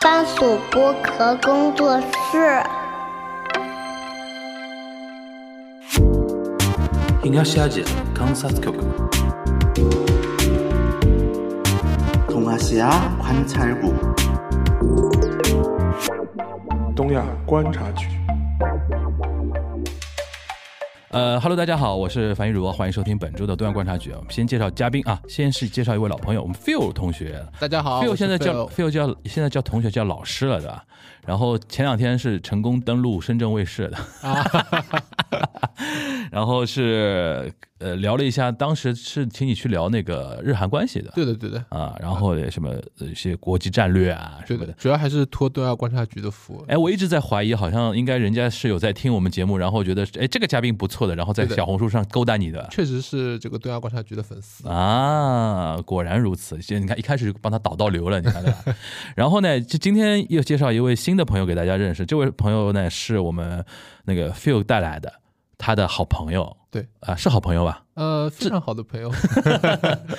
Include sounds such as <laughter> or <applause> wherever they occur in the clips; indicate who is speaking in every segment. Speaker 1: 番薯剥壳工作室。
Speaker 2: 東アジア観察局
Speaker 3: 동아시아 관찰국
Speaker 4: 东亚观察局。
Speaker 5: 呃哈喽，大家好，我是樊玉茹，欢迎收听本周的东亚观察局。我们先介绍嘉宾啊，先是介绍一位老朋友，我们 Phil 同学。
Speaker 6: 大家好
Speaker 5: Phil
Speaker 6: 我是
Speaker 5: 现在叫
Speaker 6: Phil
Speaker 5: Phil 叫现在叫同学叫老师了，对吧？然后前两天是成功登陆深圳卫视的，
Speaker 6: 啊
Speaker 5: <laughs> 然后是呃聊了一下，当时是请你去聊那个日韩关系的
Speaker 6: 对的，对的，
Speaker 5: 啊，然后也什么呃一些国际战略啊什
Speaker 6: 对
Speaker 5: 么
Speaker 6: 的
Speaker 5: 的，。
Speaker 6: 主要还是托东亚观察局的福。
Speaker 5: 哎，我一直在怀疑，好像应该人家是有在听我们节目，然后觉得哎这个嘉宾不错的，然后在
Speaker 6: 对的
Speaker 5: 小红书上勾搭你的。
Speaker 6: 确实是这个东亚观察局的粉丝，
Speaker 5: 啊，果然如此。现在你看，一开始就帮他导到流了，你看对吧？ <laughs> 然后呢，就今天又介绍一位新的朋友给大家认识。这位朋友呢，是我们那个 Phil 带来的，他的好朋友。
Speaker 6: 对
Speaker 5: 啊，是好朋友吧？
Speaker 6: 呃，非常好的朋友。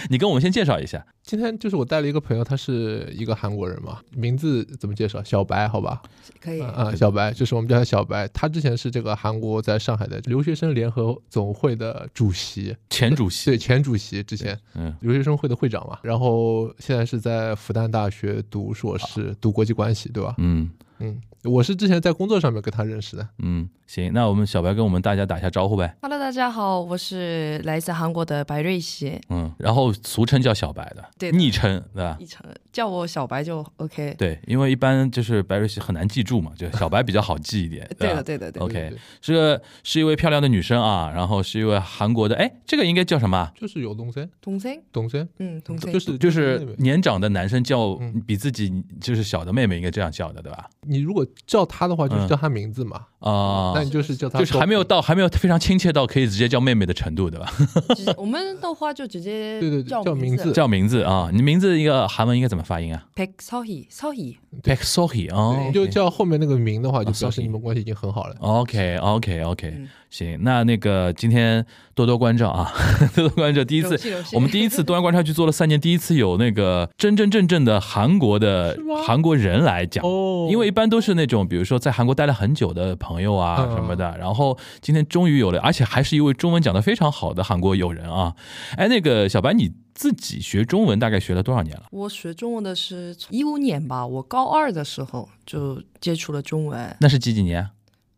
Speaker 5: 你跟我们先介绍一下。
Speaker 6: 今天就是我带了一个朋友，他是一个韩国人嘛，名字怎么介绍？小白，好吧？
Speaker 7: 可以
Speaker 6: 啊、，啊小白就是我们叫他小白。他之前是这个韩国在上海的留学生联合总会的主席，
Speaker 5: 前主席
Speaker 6: 对，前主席，之前
Speaker 5: 嗯，
Speaker 6: 留学生会的会长嘛。然后现在是在复旦大学读硕士，读国际关系，对吧？
Speaker 5: 嗯
Speaker 6: 嗯，我是之前在工作上面跟他认识的。
Speaker 5: 嗯，行，那我们小白跟我们大家打一下招呼呗。
Speaker 7: Hello，大家好，我是来自韩国的白瑞熙，
Speaker 5: 嗯，然后俗称叫小白的，
Speaker 7: 对的
Speaker 5: 昵称对吧？
Speaker 7: 一成叫我小白就 OK。
Speaker 5: 对，因为一般就是白瑞希很难记住嘛，就小白比较好记一点。
Speaker 7: <laughs> 对
Speaker 5: 吧
Speaker 7: 的，对的，对的。
Speaker 6: 对
Speaker 5: OK，
Speaker 6: 对
Speaker 5: 这个是一位漂亮的女生啊，然后是一位韩国的，哎，这个应该叫什么啊？
Speaker 6: 就是有东森，
Speaker 7: 동생，
Speaker 6: 东森，
Speaker 7: 嗯，동생，
Speaker 6: 就是
Speaker 5: 就是年长的男生叫
Speaker 6: 嗯
Speaker 5: 比自己就是小的妹妹，应该这样叫的，对吧？
Speaker 6: 你如果叫他的话，就是叫他名字嘛，
Speaker 5: 啊、
Speaker 6: 那你就是叫他，
Speaker 5: 嗯就是还没有，到还没有非常亲切到可以直接叫妹妹的程度，对吧？
Speaker 7: 直接我们的话就直
Speaker 5: <laughs>
Speaker 7: 接
Speaker 6: 对对对叫名
Speaker 7: 字
Speaker 6: 字。
Speaker 5: 叫名字啊，你名字一个韩文应该怎么发音啊
Speaker 7: 백서희서희，
Speaker 5: ？Back Sohi 哦
Speaker 6: 你，就
Speaker 5: OK 哦
Speaker 6: 叫后面那个名的话，就表示
Speaker 5: sorry
Speaker 6: 你们关系已经很好了。
Speaker 5: OK OK OK，、
Speaker 7: 嗯
Speaker 5: 行，那那个今天多多关照啊， <laughs> 多多关照。第一次
Speaker 7: 荣幸荣幸
Speaker 5: 我们第一次东安观察局做了三年，第一次有那个真真正正的韩国的韩国人来讲，
Speaker 6: 哦
Speaker 5: 因为一般都是那种比如说在韩国待了很久的朋友啊
Speaker 6: 嗯
Speaker 5: 什么的，然后今天终于有了，而且还是一位中文讲得非常好的韩国友人啊。哎，那个小白你自己学中文大概学了多少年了？
Speaker 7: 我学中文的是一五年吧，我高二的时候就接触了中文。
Speaker 5: 那是几几年？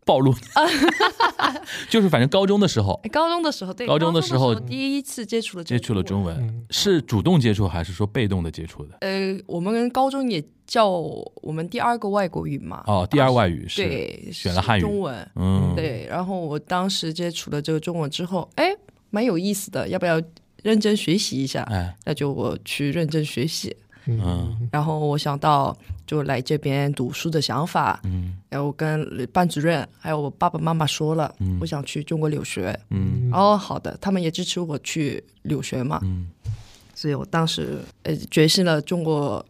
Speaker 5: 暴露，就是反正高中的时候
Speaker 7: 哎高中的时候，对，
Speaker 5: 高中
Speaker 7: 中
Speaker 5: 的时候
Speaker 7: 第一次接触了
Speaker 5: 接触了中文，
Speaker 6: 嗯
Speaker 5: 是主动接触还是说被动的接触的？
Speaker 7: 文。呃，我们高中也叫我们第二个外国语嘛。
Speaker 5: 哦，第二外语是
Speaker 7: 对，
Speaker 5: 选
Speaker 7: 是
Speaker 5: 了汉语
Speaker 7: 中文。
Speaker 5: 嗯，
Speaker 7: 对，然后我当时接触了这个中文之后，哎，蛮有意思的，要不要认真学习一下？
Speaker 5: 哎，
Speaker 7: 那就我去认真学习。
Speaker 5: 嗯
Speaker 7: 然后我想到就来这边读书的想法，
Speaker 5: 嗯
Speaker 7: 然后我跟班主任还有我爸爸妈妈说了，
Speaker 5: 嗯
Speaker 7: 我想去中国留学。
Speaker 5: 嗯
Speaker 6: 嗯
Speaker 7: 哦，好的，他们也支持我去留学嘛，
Speaker 5: 嗯，
Speaker 7: 所以我当时呃决心了中国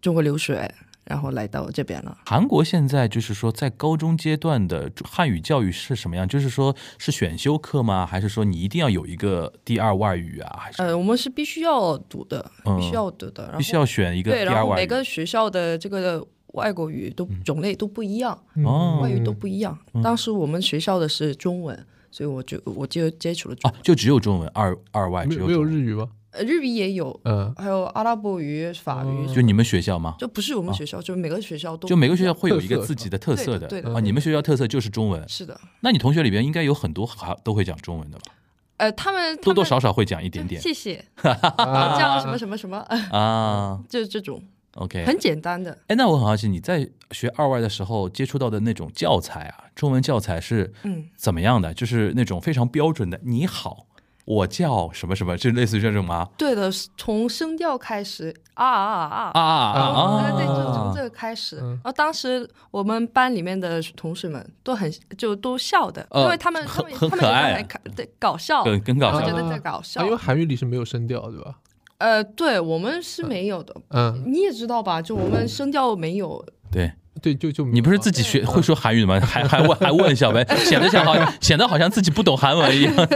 Speaker 7: 中国留学，然后来到这边了。
Speaker 5: 韩国现在就是说，在高中阶段的汉语教育是什么样？就是说是选修课吗？还是说你一定要有一个第二外语啊？还是、
Speaker 7: 呃，我们是必须要读的，必
Speaker 5: 嗯
Speaker 7: 须要读的，然后
Speaker 5: 必须要选一个
Speaker 7: 对，
Speaker 5: 第
Speaker 7: 然
Speaker 5: 二
Speaker 7: 后
Speaker 5: 外
Speaker 7: 每
Speaker 5: 语？嗯
Speaker 7: 个学校的这个外国语都种类都不一样，
Speaker 5: 哦
Speaker 7: 外语
Speaker 6: 嗯
Speaker 7: 都不一样。当时我们学校的是中文，所以我就我就接触了中
Speaker 5: 哦、
Speaker 7: 文，
Speaker 5: 就只有中文，二二外
Speaker 6: 没
Speaker 5: 只
Speaker 6: 有
Speaker 5: 有
Speaker 6: 没有
Speaker 5: 中文
Speaker 6: 日语吗？
Speaker 7: 呃日语也有， <laughs>
Speaker 6: 嗯，
Speaker 7: 还有阿拉伯语、法语，
Speaker 5: 就你们学校吗？
Speaker 7: 就不是我们学校，就每个学校都
Speaker 5: 就每个学校
Speaker 7: 不
Speaker 5: 会有一个
Speaker 6: 特色
Speaker 5: 自己的特色的
Speaker 7: 对的对的
Speaker 5: 啊，你们学校特色就是中文
Speaker 7: 一样。是的，
Speaker 5: 那你同学里边应该有很多还都会讲中文的吧？
Speaker 7: 呃，他们
Speaker 5: 多多少
Speaker 7: 少
Speaker 5: 少会讲一点点
Speaker 7: 谢谢，
Speaker 6: 啊
Speaker 7: 叫什么什么什么， <laughs>
Speaker 5: 啊。
Speaker 7: 就是这种
Speaker 5: OK，
Speaker 7: 很简单的。
Speaker 5: 哎，那我很好奇，你在学二外的时候接触到的那种教材啊，中文教材是
Speaker 7: 嗯
Speaker 5: 怎么样的？就是那种非常标准的“你好，我叫什么什么”，就类似于这种吗？
Speaker 7: 对的，从声调开始，啊啊
Speaker 5: 啊
Speaker 7: 啊！
Speaker 5: 啊
Speaker 7: 呃对，就从
Speaker 5: 啊
Speaker 7: 这！个开始。
Speaker 6: 嗯
Speaker 7: 然后当时我们班里面的同学们都很就都笑的，
Speaker 5: 呃
Speaker 7: 因为他们他
Speaker 5: 很
Speaker 7: 们
Speaker 5: 很
Speaker 7: 他们
Speaker 5: 可
Speaker 7: 也
Speaker 5: 爱
Speaker 7: 很可对搞笑，
Speaker 5: 更更搞
Speaker 7: 他们
Speaker 5: 笑
Speaker 7: 觉
Speaker 5: 的，
Speaker 7: 得在搞笑
Speaker 6: 啊因。为韩语里是没有声调，对吧？
Speaker 7: 呃，对我们是没有的，
Speaker 6: 嗯，
Speaker 7: 你也知道吧？就我们声调没有，
Speaker 5: 对，
Speaker 6: 对，就就没有
Speaker 5: 你不是
Speaker 6: 了
Speaker 5: 自己学会说韩语的吗？还还问还问小白，显得像
Speaker 7: <laughs>
Speaker 5: 好像显得好像自己不懂韩文一样。
Speaker 7: 啊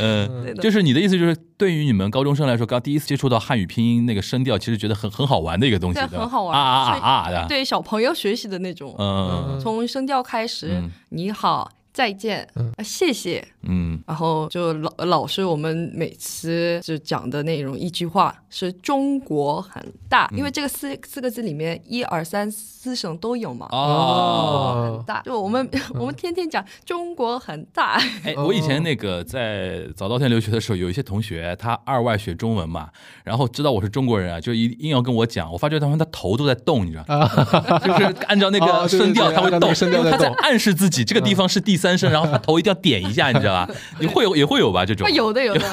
Speaker 5: 嗯，就是你的意思就是，对于你们高中生来说，刚第一次接触到汉语拼音那个声调，其实觉得很很好玩的一个东西，
Speaker 7: 对，
Speaker 5: 吧
Speaker 7: 很好玩
Speaker 5: 啊啊啊啊的，，
Speaker 7: 对小朋友学习的那种，
Speaker 5: 嗯
Speaker 7: 从声调开始，
Speaker 5: 嗯
Speaker 7: 你好，再见，啊谢谢，
Speaker 5: 嗯
Speaker 7: 然后就老老师我们每次就讲的内容一句话是中国很大，
Speaker 5: 嗯
Speaker 7: 因为这个四四个字里面一二三四声都有嘛。
Speaker 5: 哦。
Speaker 6: 哦
Speaker 7: 很大，就我们我们天天讲中国很大，
Speaker 5: 哎，
Speaker 6: 哦
Speaker 5: 我以前那个在早稻田留学的时候，有一些同学他二外学中文嘛，然后知道我是中国人啊，就一硬要跟我讲，我发觉他们他头都在动，你知道吗？就是按照那个
Speaker 6: 啊 <laughs> 哦对对
Speaker 5: 声调，
Speaker 6: 对
Speaker 5: 他会
Speaker 6: 按照那
Speaker 5: 动，
Speaker 6: 个声调
Speaker 5: 因为他
Speaker 6: 在
Speaker 5: 在
Speaker 6: 动嗯
Speaker 5: 暗示自己这个地方是第三声，然后他头一定要点一下，你知道吧？也会有也会有吧这种
Speaker 7: 会。有的有
Speaker 5: <laughs>
Speaker 7: 的，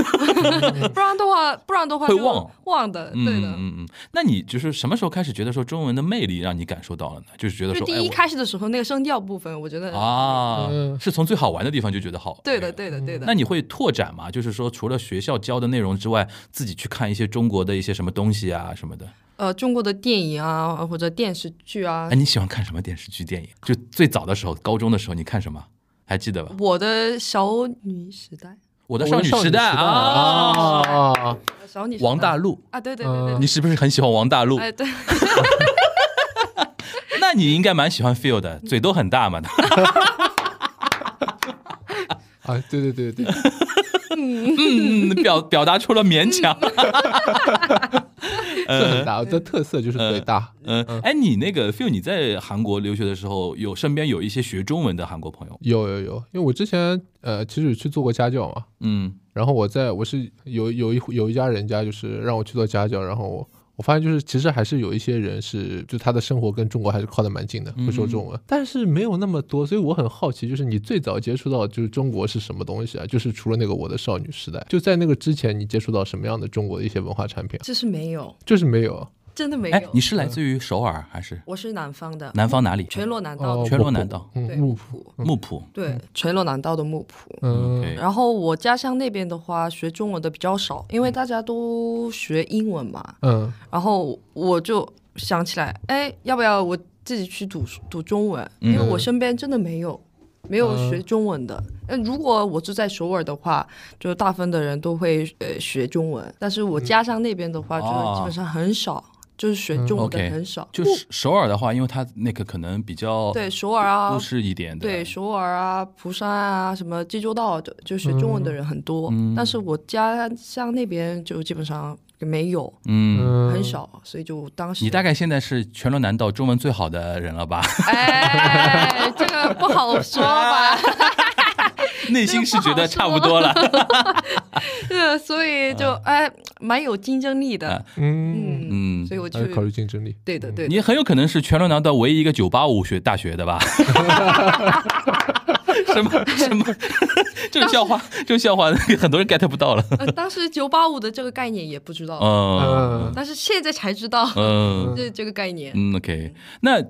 Speaker 7: 不然的话不然的话
Speaker 5: 会
Speaker 7: 就
Speaker 5: 忘
Speaker 7: 忘的，
Speaker 5: 嗯
Speaker 7: 对的
Speaker 5: 嗯。嗯嗯，那你就是什么时候开始觉得说中文的魅力让你感受到了呢？就是觉得
Speaker 7: 就
Speaker 5: 说，
Speaker 7: 第
Speaker 5: 哎
Speaker 7: 一
Speaker 5: 我
Speaker 7: 开始的时候那个声调部分，我觉得
Speaker 5: 啊
Speaker 6: 嗯，
Speaker 5: 是从最好玩的地方就觉得好。
Speaker 7: 对的对的对的
Speaker 5: 那。你会拓展吗？就是说，除了学校教的内容之外，自己去看一些中国的一些什么东西啊什么的。
Speaker 7: 呃，中国的电影啊或者电视剧啊
Speaker 5: 哎，，你喜欢看什么电视剧、电影？就最早的时候，高中的时候，你看什么？还记得吧？
Speaker 7: 我的小女时代，
Speaker 5: 我的
Speaker 6: 我
Speaker 5: 少
Speaker 6: 的
Speaker 5: 女
Speaker 6: 少
Speaker 5: 时
Speaker 6: 女
Speaker 5: 代
Speaker 6: 时代
Speaker 5: 啊！
Speaker 6: 啊啊
Speaker 7: 哦
Speaker 6: 啊
Speaker 7: 呃小女时代
Speaker 5: 王大陆，嗯
Speaker 7: 啊，对对对对
Speaker 5: 你
Speaker 7: 对，
Speaker 5: 是不是很喜欢王大陆？
Speaker 7: 哎对，
Speaker 5: 那你应该蛮喜欢 Phil 的，嘴都很大嘛。
Speaker 6: 啊！对对对
Speaker 7: <laughs>
Speaker 6: 对，
Speaker 5: 嗯，表表达出了勉强。
Speaker 6: 是很大
Speaker 7: 嗯
Speaker 6: 的特色就是嘴大。
Speaker 5: 嗯，哎，你那个 Phil，你在韩国留学的时候，有身边有一些学中文的韩国朋友？
Speaker 6: 有有有，因为我之前呃，其实有去做过家教嘛，
Speaker 5: 嗯
Speaker 6: 然后我在我是有有一有一家人家就是让我去做家教，然后我我发现就是其实还是有一些人是就他的生活跟中国还是靠得蛮近的，会说中文，但是没有那么多，所以我很好奇，就是你最早接触到就是中国是什么东西啊？就是除了那个我的少女时代，就在那个之前你接触到什么样的中国的一些文化产品啊？
Speaker 7: 就是没有，
Speaker 6: 就是没有啊
Speaker 7: 真的没
Speaker 5: 哎
Speaker 7: 有，。
Speaker 5: 你是来自于首尔还是
Speaker 7: 我是南方的，
Speaker 5: 南方哪里？
Speaker 7: 垂落嗯南道
Speaker 6: 哦
Speaker 7: 的，
Speaker 5: 全罗南道，
Speaker 6: 嗯
Speaker 7: 对
Speaker 6: 木
Speaker 7: 木
Speaker 6: 浦
Speaker 7: 浦，
Speaker 5: 木浦。
Speaker 7: 对垂落南道的木浦。
Speaker 6: 嗯
Speaker 5: OK
Speaker 7: 然后我家乡那边的话，学中文的比较少，因为
Speaker 5: 嗯
Speaker 7: 大家都学英文嘛。
Speaker 6: 嗯
Speaker 7: 然后我就想起来，哎，要不要我自己去读书读中文？因为
Speaker 5: 嗯
Speaker 7: 我身边真的没有没有学中文的。那、如果我住在首尔的话，就大部分的人都会呃学中文，但是我家乡那边的话，就基本上很少，就是学中文的
Speaker 5: 哦嗯，OK
Speaker 7: 很少。
Speaker 5: 就是首尔的话，因为它那个可能比较
Speaker 7: 对首尔啊
Speaker 5: 都市一点的，
Speaker 7: 对，首尔啊、釜山啊、什么济州道的，就学中文
Speaker 5: 嗯
Speaker 7: 的人很多，但是我家乡那边就基本上没有，
Speaker 5: 嗯。
Speaker 6: 嗯，
Speaker 7: 很少，所以就当时
Speaker 5: 你大概现在是全罗南道中文最好的人了吧？
Speaker 7: 哎，这个不好说
Speaker 5: <laughs>
Speaker 7: 吧？
Speaker 5: 内心是觉得差不多了。
Speaker 7: 呃，所以就哎，蛮有竞争力的
Speaker 5: 啊，
Speaker 6: 嗯，
Speaker 7: 嗯，
Speaker 5: 嗯，
Speaker 7: 所以我去
Speaker 6: 还，是考虑竞争力。
Speaker 7: 对的对的，
Speaker 5: 你很有可能是全罗南道唯一一个九八五学大学的吧？ <laughs> 什么什么？ <laughs> 这种笑话，这种笑话， <laughs> 很多人 get 不到了。
Speaker 7: 呃当时九八五的这个概念也不知道，
Speaker 5: 嗯
Speaker 6: 嗯，
Speaker 7: 但是现在才知道
Speaker 5: 嗯
Speaker 7: 这这个概念，
Speaker 5: 嗯，OK，那。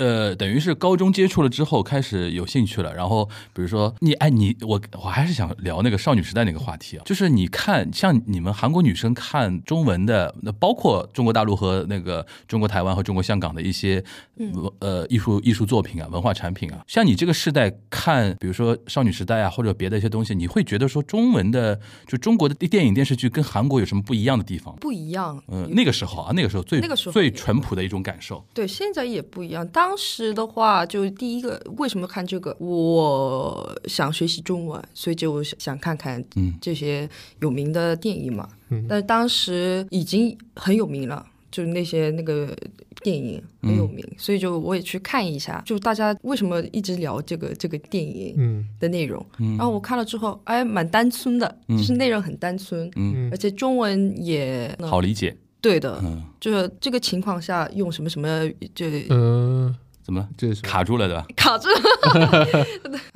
Speaker 5: 呃，等于是高中接触了之后开始有兴趣了，然后比如说你哎你我我还是想聊那个少女时代那个话题啊，就是你看像你们韩国女生看中文的，那包括中国大陆和那个中国台湾和中国香港的一些、
Speaker 7: 嗯
Speaker 5: 文呃艺术艺术作品啊文化产品啊，像你这个世代看，比如说少女时代啊或者别的一些东西，你会觉得说中文的就中国的电影电视剧跟韩国有什么不一样的地方吗？
Speaker 7: 不一样，
Speaker 5: 嗯，那个时候啊，那个时候最
Speaker 7: 那个时候
Speaker 5: 最
Speaker 7: 有
Speaker 5: 淳朴的一种感受。
Speaker 7: 对，现在也不一样。当时的话，就第一个为什么看这个？我想学习中文，所以就想想看看
Speaker 5: 嗯
Speaker 7: 这些有名的电影嘛。但当时已经很有名了，就是那些那个电影很
Speaker 5: 嗯
Speaker 7: 有名，所以就我也去看一下，就大家为什么一直聊这个这个电影
Speaker 6: 嗯
Speaker 7: 的内容。然后我看了之后，哎，蛮单纯的，就是内容很单纯，
Speaker 5: 嗯
Speaker 7: 而且中文也
Speaker 5: 好理解。
Speaker 7: 对的，
Speaker 5: 嗯，
Speaker 7: 就是这个情况下用什么什么就。
Speaker 6: 嗯，
Speaker 5: 怎么了？
Speaker 6: 这是什么
Speaker 5: 卡住了对
Speaker 7: <laughs>
Speaker 5: 吧？
Speaker 7: 卡住了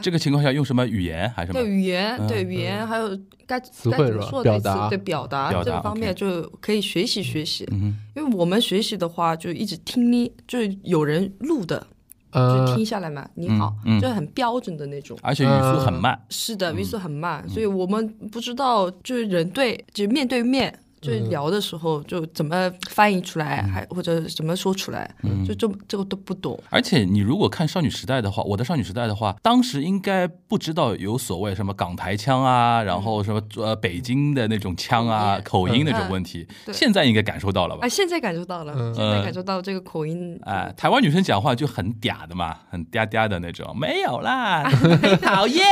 Speaker 5: 这个情况下用什么语言还是什
Speaker 7: 对
Speaker 5: 么？
Speaker 7: 语言，对
Speaker 5: 嗯
Speaker 7: 语言，还有该
Speaker 6: 词
Speaker 7: 该
Speaker 6: 汇
Speaker 7: 怎
Speaker 6: 是
Speaker 7: 么
Speaker 6: 吧
Speaker 7: 说
Speaker 6: 表
Speaker 7: 的
Speaker 6: 达
Speaker 7: 词对表达
Speaker 5: 表
Speaker 7: 这
Speaker 5: 达
Speaker 7: 个方
Speaker 5: OK
Speaker 7: 面就可以学习学习。
Speaker 5: 嗯
Speaker 7: 因为我们学习的话，就一直听力，就是有人录的，就
Speaker 6: 嗯
Speaker 7: 听下来嘛。你好，
Speaker 5: 嗯
Speaker 7: 就是很标准的那种。
Speaker 5: 而且语速很慢。
Speaker 7: 是的，语速很慢，所以我们不知道，就是人对，就面对面就聊的时候就怎么翻译出来，还或者怎么说出来，就这这个都不懂。
Speaker 5: 而且你如果看少女时代的话，我的少女时代的话，当时应该不知道有所谓什么港台腔啊，然后什么呃北京的那种腔啊、口音那种问题，
Speaker 7: 嗯对
Speaker 5: 现在应该感受到了吧
Speaker 7: 哎，？现在感受到了，现在感受到这个口音，
Speaker 5: 哎，台湾女生讲话就很嗲的嘛，很嗲嗲的那种，没有
Speaker 7: <laughs> 啊
Speaker 5: 啦，很讨厌，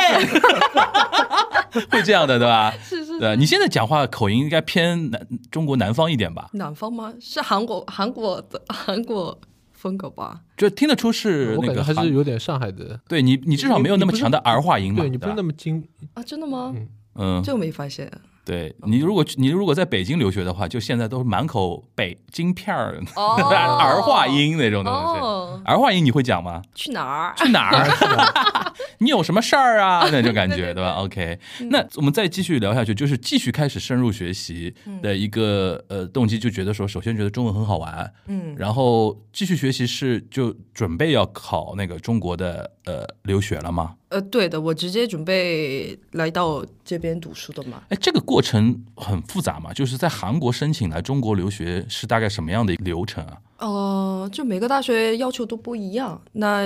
Speaker 5: <laughs> 会这样的对吧？
Speaker 7: 是是
Speaker 5: 对，你现在讲话口音应该偏南中国南方一点吧？
Speaker 7: 南方吗？是韩国韩国的韩国风格吧？
Speaker 5: 就听得出是
Speaker 6: 嗯我
Speaker 5: 那
Speaker 6: 感觉
Speaker 5: 个
Speaker 6: 还
Speaker 5: 韩
Speaker 6: 是有点上海的，
Speaker 5: 对你，你至少没有那么强的儿化音嘛，
Speaker 6: 对你不是
Speaker 5: 吧
Speaker 6: 那么精，
Speaker 7: 啊，真的吗？
Speaker 5: 嗯，
Speaker 7: 这个没发现。
Speaker 5: 对你如果去你如果在北京留学的话，就现在都是满口北京片儿、
Speaker 7: 哦
Speaker 5: <laughs> 儿化音那种东西。
Speaker 7: 哦，
Speaker 5: 儿化音你会讲吗？
Speaker 7: 去哪儿？
Speaker 5: 去哪儿？ <laughs> 你有什么事儿啊？那种感觉，对吧？OK，那嗯我们再继续聊下去，就是继续开始深入学习的一个呃动机，就觉得说，首先觉得中文很好玩，
Speaker 7: 嗯，
Speaker 5: 然后继续学习是就准备要考那个中国的呃留学了吗？
Speaker 7: 呃，对的，我直接准备来到这边读书的嘛。
Speaker 5: 哎，这个过程很复杂嘛，就是在韩国申请来中国留学是大概什么样的流程啊？
Speaker 7: 呃，就每个大学要求都不一样，那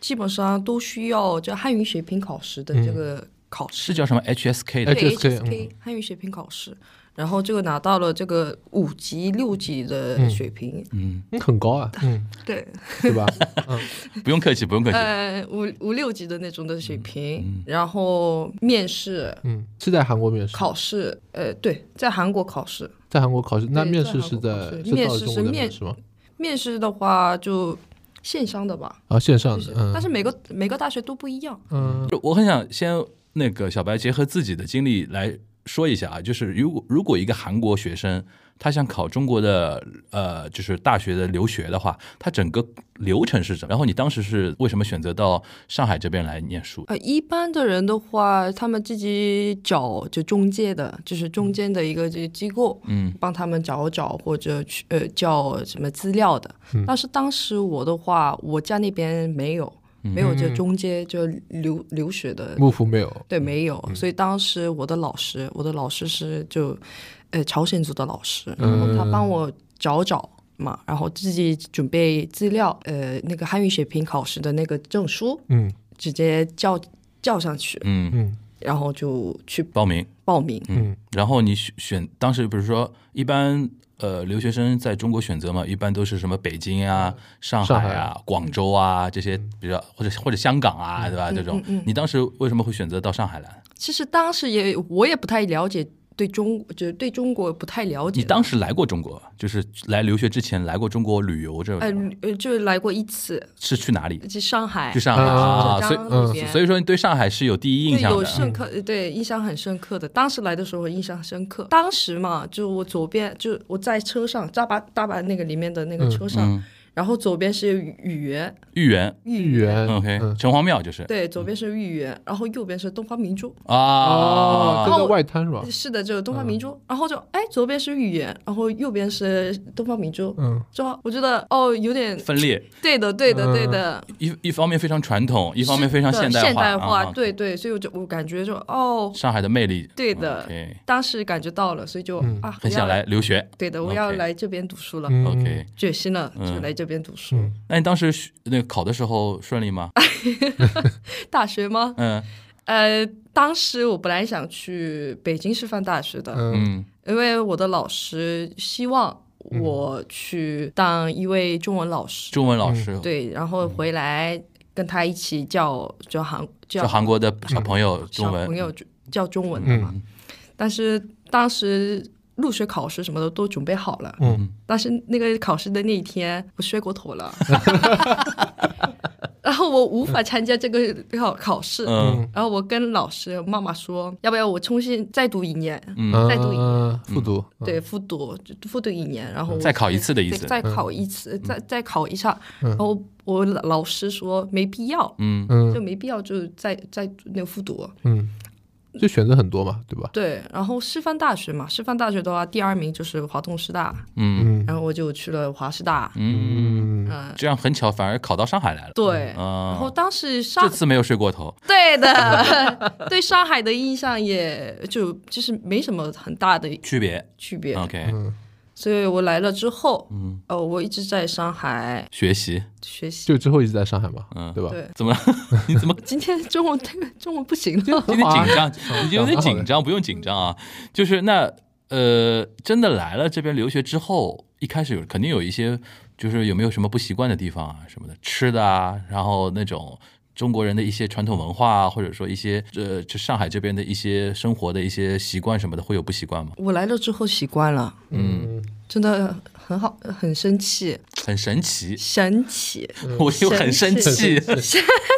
Speaker 7: 基本上都需要这汉语水平考试的这个
Speaker 5: 嗯
Speaker 7: 考试，
Speaker 5: 是叫什么 HSK 的？
Speaker 7: 对
Speaker 6: HSK
Speaker 5: 嗯
Speaker 7: HSK 汉语水平考试。然后这个拿到了这个五级、六级的水平，
Speaker 5: 嗯，
Speaker 6: 嗯很高啊，嗯，
Speaker 7: 对，
Speaker 5: <laughs>
Speaker 6: 对吧？
Speaker 5: 不用客气，不用客气。
Speaker 7: 呃，五五六级的那种的水平。然后面试、
Speaker 6: 嗯，是在韩国面试，
Speaker 7: 考试，呃，对，在韩国考试，
Speaker 6: 在韩国考试，那
Speaker 7: 对
Speaker 6: 面
Speaker 7: 在
Speaker 6: 试
Speaker 7: 韩
Speaker 6: 是
Speaker 7: 国考
Speaker 6: 在
Speaker 7: 试
Speaker 6: 是
Speaker 7: 面
Speaker 6: 到
Speaker 7: 试
Speaker 6: 中
Speaker 7: 是
Speaker 6: 国的
Speaker 7: 面
Speaker 6: 面试吗？
Speaker 7: 面试的话就线上的吧，
Speaker 6: 啊，线上
Speaker 7: 就是
Speaker 6: 的，嗯，
Speaker 7: 但是每个每个大学都不一样。
Speaker 6: 嗯，
Speaker 5: 就我很想先那个小白结合自己的经历来说一下啊，就是如果如果一个韩国学生他想考中国的呃就是大学的留学的话，他整个流程是什么？然后你当时是为什么选择到上海这边来念书？
Speaker 7: 呃，一般的人的话，他们自己找就中介的，就是中间的一个这个机构，
Speaker 5: 嗯，
Speaker 7: 帮他们找找或者去呃叫什么资料的。
Speaker 6: 嗯
Speaker 7: 但是当时我的话，我家那边没有，没有这
Speaker 6: 嗯
Speaker 7: 中介就留留学的
Speaker 6: 幕府没有，
Speaker 5: 嗯
Speaker 7: 对，没有。所以当时我的老师，我的老师是就，呃，朝鲜族的老师，然后
Speaker 5: 嗯
Speaker 7: 他帮我找找嘛，然后自己准备资料，呃，那个汉语水平考试的那个证书，
Speaker 6: 嗯
Speaker 7: 直接叫叫上去，
Speaker 5: 嗯，
Speaker 6: 嗯
Speaker 7: 然后就去
Speaker 5: 报名。
Speaker 7: 报名。
Speaker 6: 嗯，
Speaker 5: 然后你选选当时，比如说一般呃留学生在中国选择嘛，一般都是什么北京啊、上
Speaker 6: 上
Speaker 5: 海
Speaker 6: 海
Speaker 5: 啊、广州啊这些
Speaker 7: 嗯
Speaker 5: 比较，或者或者香港啊，对吧？这种，你当时为什么会选择到上海来？
Speaker 7: 其实当时也我也不太了解。对中就是对中国不太了解，
Speaker 5: 你当时来过中国，就是来留学之前来过中国旅游，这
Speaker 7: 呃呃就来过一次，
Speaker 5: 是去哪里？
Speaker 7: 去上海，
Speaker 5: 去上海啊，
Speaker 7: 浙
Speaker 5: 所
Speaker 7: 江那
Speaker 5: 以
Speaker 7: 边
Speaker 5: 所以说你对上海是有第一印
Speaker 7: 对，
Speaker 5: 象
Speaker 7: 有
Speaker 5: 的。嗯
Speaker 7: 深刻，呃对，印象很深刻的。当时来的时候印象深刻，当时嘛，就我左边就我在车上，大巴大巴那个里面的那个车上，
Speaker 5: 嗯，
Speaker 7: 然后左边是豫园，
Speaker 5: 豫园
Speaker 6: 豫园
Speaker 5: ，OK，
Speaker 6: 嗯
Speaker 5: 城隍庙就是
Speaker 7: 对，左边是豫园，然后右边是东方明珠。
Speaker 5: 啊
Speaker 6: 哦，
Speaker 7: 然
Speaker 6: 都
Speaker 7: 后
Speaker 6: 在
Speaker 7: 我
Speaker 6: 外滩是吧？
Speaker 7: 是的，就是东方明珠，
Speaker 5: 嗯
Speaker 7: 然后就哎，左边是豫园，然后右边是东方明珠，
Speaker 6: 嗯，
Speaker 7: 之后我觉得哦，有点
Speaker 5: 分裂，
Speaker 7: 对的，对的，
Speaker 6: 嗯
Speaker 7: 对的，
Speaker 5: 一一方面非常传统，一
Speaker 7: 一
Speaker 5: 方面非常现代
Speaker 7: 代
Speaker 5: 化。
Speaker 7: 现
Speaker 5: 啊啊
Speaker 7: 对对，所以我就我感觉就哦，
Speaker 5: 上海的魅力，
Speaker 7: 对的
Speaker 5: OK
Speaker 7: 当时感觉到了，所以就、啊，
Speaker 5: 很想
Speaker 7: 要
Speaker 5: 来，留学。
Speaker 7: 对的，我要
Speaker 5: OK
Speaker 7: 来这边读书了。
Speaker 6: 嗯
Speaker 5: OK，
Speaker 7: 决心了，
Speaker 5: 嗯
Speaker 7: 就来这边读书。
Speaker 5: 那你当时学那个考的时候顺利 <laughs> 吗？
Speaker 7: 大学吗？
Speaker 5: 嗯
Speaker 7: 呃，当时我本来想去北京师范大学的，
Speaker 6: 嗯
Speaker 5: 嗯
Speaker 7: 因为我的老师希望我去当一位中文老师，
Speaker 5: 嗯中文嗯老师
Speaker 7: 对，然后回来跟他一起教教韩教
Speaker 5: 就韩国的小朋友
Speaker 7: 小
Speaker 5: 中
Speaker 7: 朋
Speaker 5: 文，嗯
Speaker 7: 友就教中文的
Speaker 6: 嗯
Speaker 7: 嘛。但是当时入学考试什么的都准备好了，
Speaker 6: 嗯，
Speaker 7: 但是那个考试的那一天，我睡过头了， <laughs> 然后我无法参加这个考考试，
Speaker 5: 嗯
Speaker 7: 然后我跟老师妈妈说，要不要我重新再读一年，
Speaker 5: 嗯，
Speaker 7: 再读一
Speaker 6: 嗯，复读，
Speaker 7: 对，复读就复读一年，然后我
Speaker 5: 嗯再考一次的意思
Speaker 6: 嗯
Speaker 5: 嗯
Speaker 7: 再再考一次，再再考一下，然后我老师说没必要，
Speaker 5: 嗯
Speaker 6: 嗯
Speaker 7: 就没必要就再再那个复读，
Speaker 6: 嗯就选择很多嘛，对吧？
Speaker 7: 对，然后师范大学嘛，师范大学的话，第二名就是华东师大，
Speaker 5: 嗯
Speaker 6: 嗯
Speaker 7: 然后我就去了华师大，
Speaker 5: 嗯，
Speaker 6: 嗯，
Speaker 7: 嗯，
Speaker 5: 这样很巧，反而考到上海来了。
Speaker 7: 对，
Speaker 5: 啊
Speaker 7: 然后当时上
Speaker 5: 这次没有睡过头。
Speaker 7: 对的， <laughs> 对上海的印象也就就是没什么很大的
Speaker 5: 区别嗯
Speaker 7: 区别，
Speaker 5: ，OK，
Speaker 7: 所以我来了之后，
Speaker 5: 啊嗯，
Speaker 7: 呃，我一直在上海
Speaker 5: 学习，
Speaker 7: 学习。
Speaker 6: 就之后一直在上海嘛，
Speaker 5: 嗯
Speaker 6: 对吧？
Speaker 7: 对，
Speaker 5: 怎么了？ <laughs> 你怎么
Speaker 7: 今天中文 <laughs> 中文不行了，
Speaker 5: 有点紧张， <laughs> 你啊有点紧张，不用紧张啊。就是那呃，真的来了这边留学之后，一开始有肯定有一些，就是有没有什么不习惯的地方啊，什么的，吃的啊，然后那种中国人的一些传统文化啊，或者说一些呃，就上海这边的一些生活的一些习惯什么的，会有不习惯吗？
Speaker 7: 我来了之后习惯了，
Speaker 5: 嗯，
Speaker 7: 真的很好，很生气，
Speaker 5: 很神奇，
Speaker 7: 神 <laughs> 奇，
Speaker 5: <laughs> 我又很生气，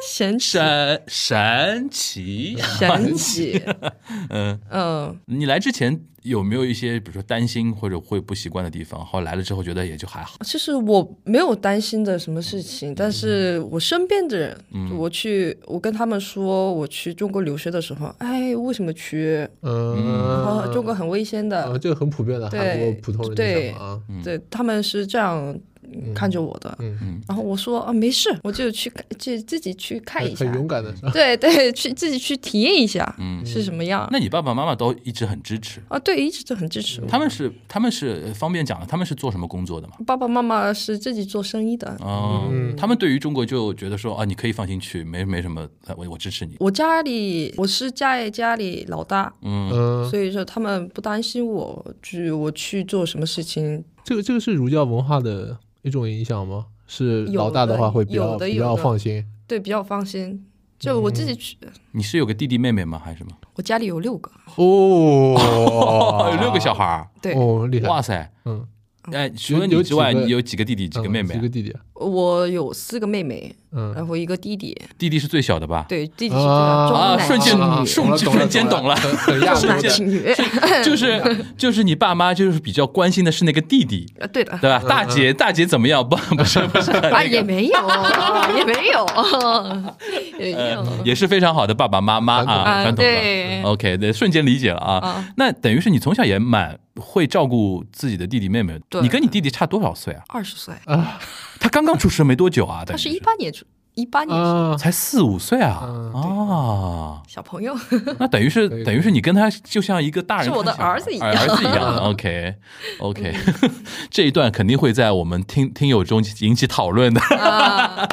Speaker 7: 神奇，
Speaker 5: 神 <laughs> 神奇，
Speaker 7: 神奇，
Speaker 5: <laughs> 嗯。
Speaker 7: 嗯，
Speaker 5: 你来之前有没有一些，比如说担心或者会不习惯的地方？后来来了之后觉得也就还好。
Speaker 7: 其实我没有担心的什么事情，但是我身边的人，
Speaker 5: 嗯
Speaker 7: 就我去，我跟他们说我去中国留学的时候，哎，为什么去？
Speaker 5: 嗯
Speaker 7: 啊，
Speaker 6: 嗯，
Speaker 7: 中国很危险
Speaker 6: 啊，
Speaker 7: 的，
Speaker 6: 这个很普遍的韩国
Speaker 7: 对
Speaker 6: 普通人的
Speaker 7: 对
Speaker 6: 想法啊，
Speaker 5: 嗯
Speaker 7: 对他们是这样
Speaker 6: 嗯
Speaker 7: 看着我的。然后我说啊，没事，我就去看，就自己去看一
Speaker 6: 很
Speaker 7: 下
Speaker 6: 很，勇敢的，是吧
Speaker 7: 对对，去自己去体验一下
Speaker 5: 嗯
Speaker 7: 是什么样。
Speaker 5: 那你爸爸妈妈都一直很支持，
Speaker 7: 啊，对，一直都很支持我。
Speaker 5: 他们是他们是呃方便讲了，他们是做什么工作的嘛？
Speaker 7: 爸爸妈妈是自己做生意的，
Speaker 6: 嗯
Speaker 5: 哦，他们对于中国就觉得说啊，你可以放心去，没没什么，呃我我支持你。
Speaker 7: 我家里我是在家里老大，
Speaker 5: 嗯
Speaker 6: 嗯，
Speaker 7: 所以说他们不担心我去我去做什么事情。
Speaker 6: 这个这个是儒教文化的一种影响吗？是
Speaker 7: 有
Speaker 6: 老大
Speaker 7: 的
Speaker 6: 话会比
Speaker 7: 有
Speaker 6: 较
Speaker 7: 的
Speaker 6: 比
Speaker 7: 有
Speaker 6: 较
Speaker 7: 的
Speaker 6: 放心，
Speaker 7: 对，比较放心。就
Speaker 6: 嗯
Speaker 7: 我自己去，
Speaker 5: 你是有个弟弟妹妹吗？还是什么？
Speaker 7: 我家里有六个，
Speaker 6: 哦
Speaker 5: 哦， <laughs> 有六个小孩儿，
Speaker 7: 对、
Speaker 6: 哦，厉害！
Speaker 5: 哇塞！
Speaker 6: 嗯，
Speaker 5: 哎，除了
Speaker 6: 有
Speaker 5: 你之外，
Speaker 6: 几个
Speaker 5: 你有几个弟弟？几个
Speaker 6: 嗯
Speaker 5: 妹妹
Speaker 6: 几
Speaker 5: 啊
Speaker 6: 个？弟弟啊，
Speaker 7: 我有四个妹妹，
Speaker 6: 嗯，
Speaker 7: 然后一个弟弟，
Speaker 5: 弟弟是最小的吧？
Speaker 7: 对，弟弟是这个重
Speaker 5: 啊，
Speaker 7: 男
Speaker 5: 瞬间
Speaker 7: 轻女，
Speaker 5: 瞬间瞬间懂了，
Speaker 6: 很很
Speaker 7: <laughs>
Speaker 6: 亚啊
Speaker 7: 重男
Speaker 6: 洲的，
Speaker 7: 轻女，
Speaker 5: 就是就是你爸妈就是比较关心的是那个弟弟，
Speaker 7: 啊 <laughs> 对的，
Speaker 5: 对
Speaker 6: 嗯
Speaker 5: 吧？大姐大姐怎么样？不不是不是，
Speaker 7: 啊也没有， <laughs> 也没
Speaker 5: <laughs>
Speaker 7: 有，也没有，
Speaker 5: 也是非常好的爸爸妈妈啊，
Speaker 7: 啊
Speaker 5: 传统的。
Speaker 7: 对，
Speaker 5: OK，对，瞬间理解了
Speaker 6: 嗯
Speaker 5: 啊
Speaker 7: 啊。
Speaker 5: 那等于是你从小也蛮会照顾自己的弟弟妹妹。
Speaker 7: 对
Speaker 5: 你跟你弟弟差多少岁啊？
Speaker 7: 二十岁，
Speaker 5: 他刚刚出生没多久
Speaker 7: <laughs>
Speaker 5: 啊，
Speaker 7: 他
Speaker 5: 但
Speaker 7: 是一八年出，一八年出
Speaker 6: 啊，
Speaker 5: 才四五岁啊
Speaker 6: 嗯
Speaker 5: 啊，
Speaker 7: 小朋友， <laughs>
Speaker 5: 那等于是
Speaker 6: 对
Speaker 5: 等于是你跟他就像一个大人
Speaker 7: 是我的
Speaker 5: 看小孩
Speaker 7: 儿子一样嗯
Speaker 5: 儿子一
Speaker 7: <laughs>
Speaker 5: 样的。OK OK，这一 <laughs> 段肯定会在我们听听友中引起讨论的。 <laughs>
Speaker 7: 啊，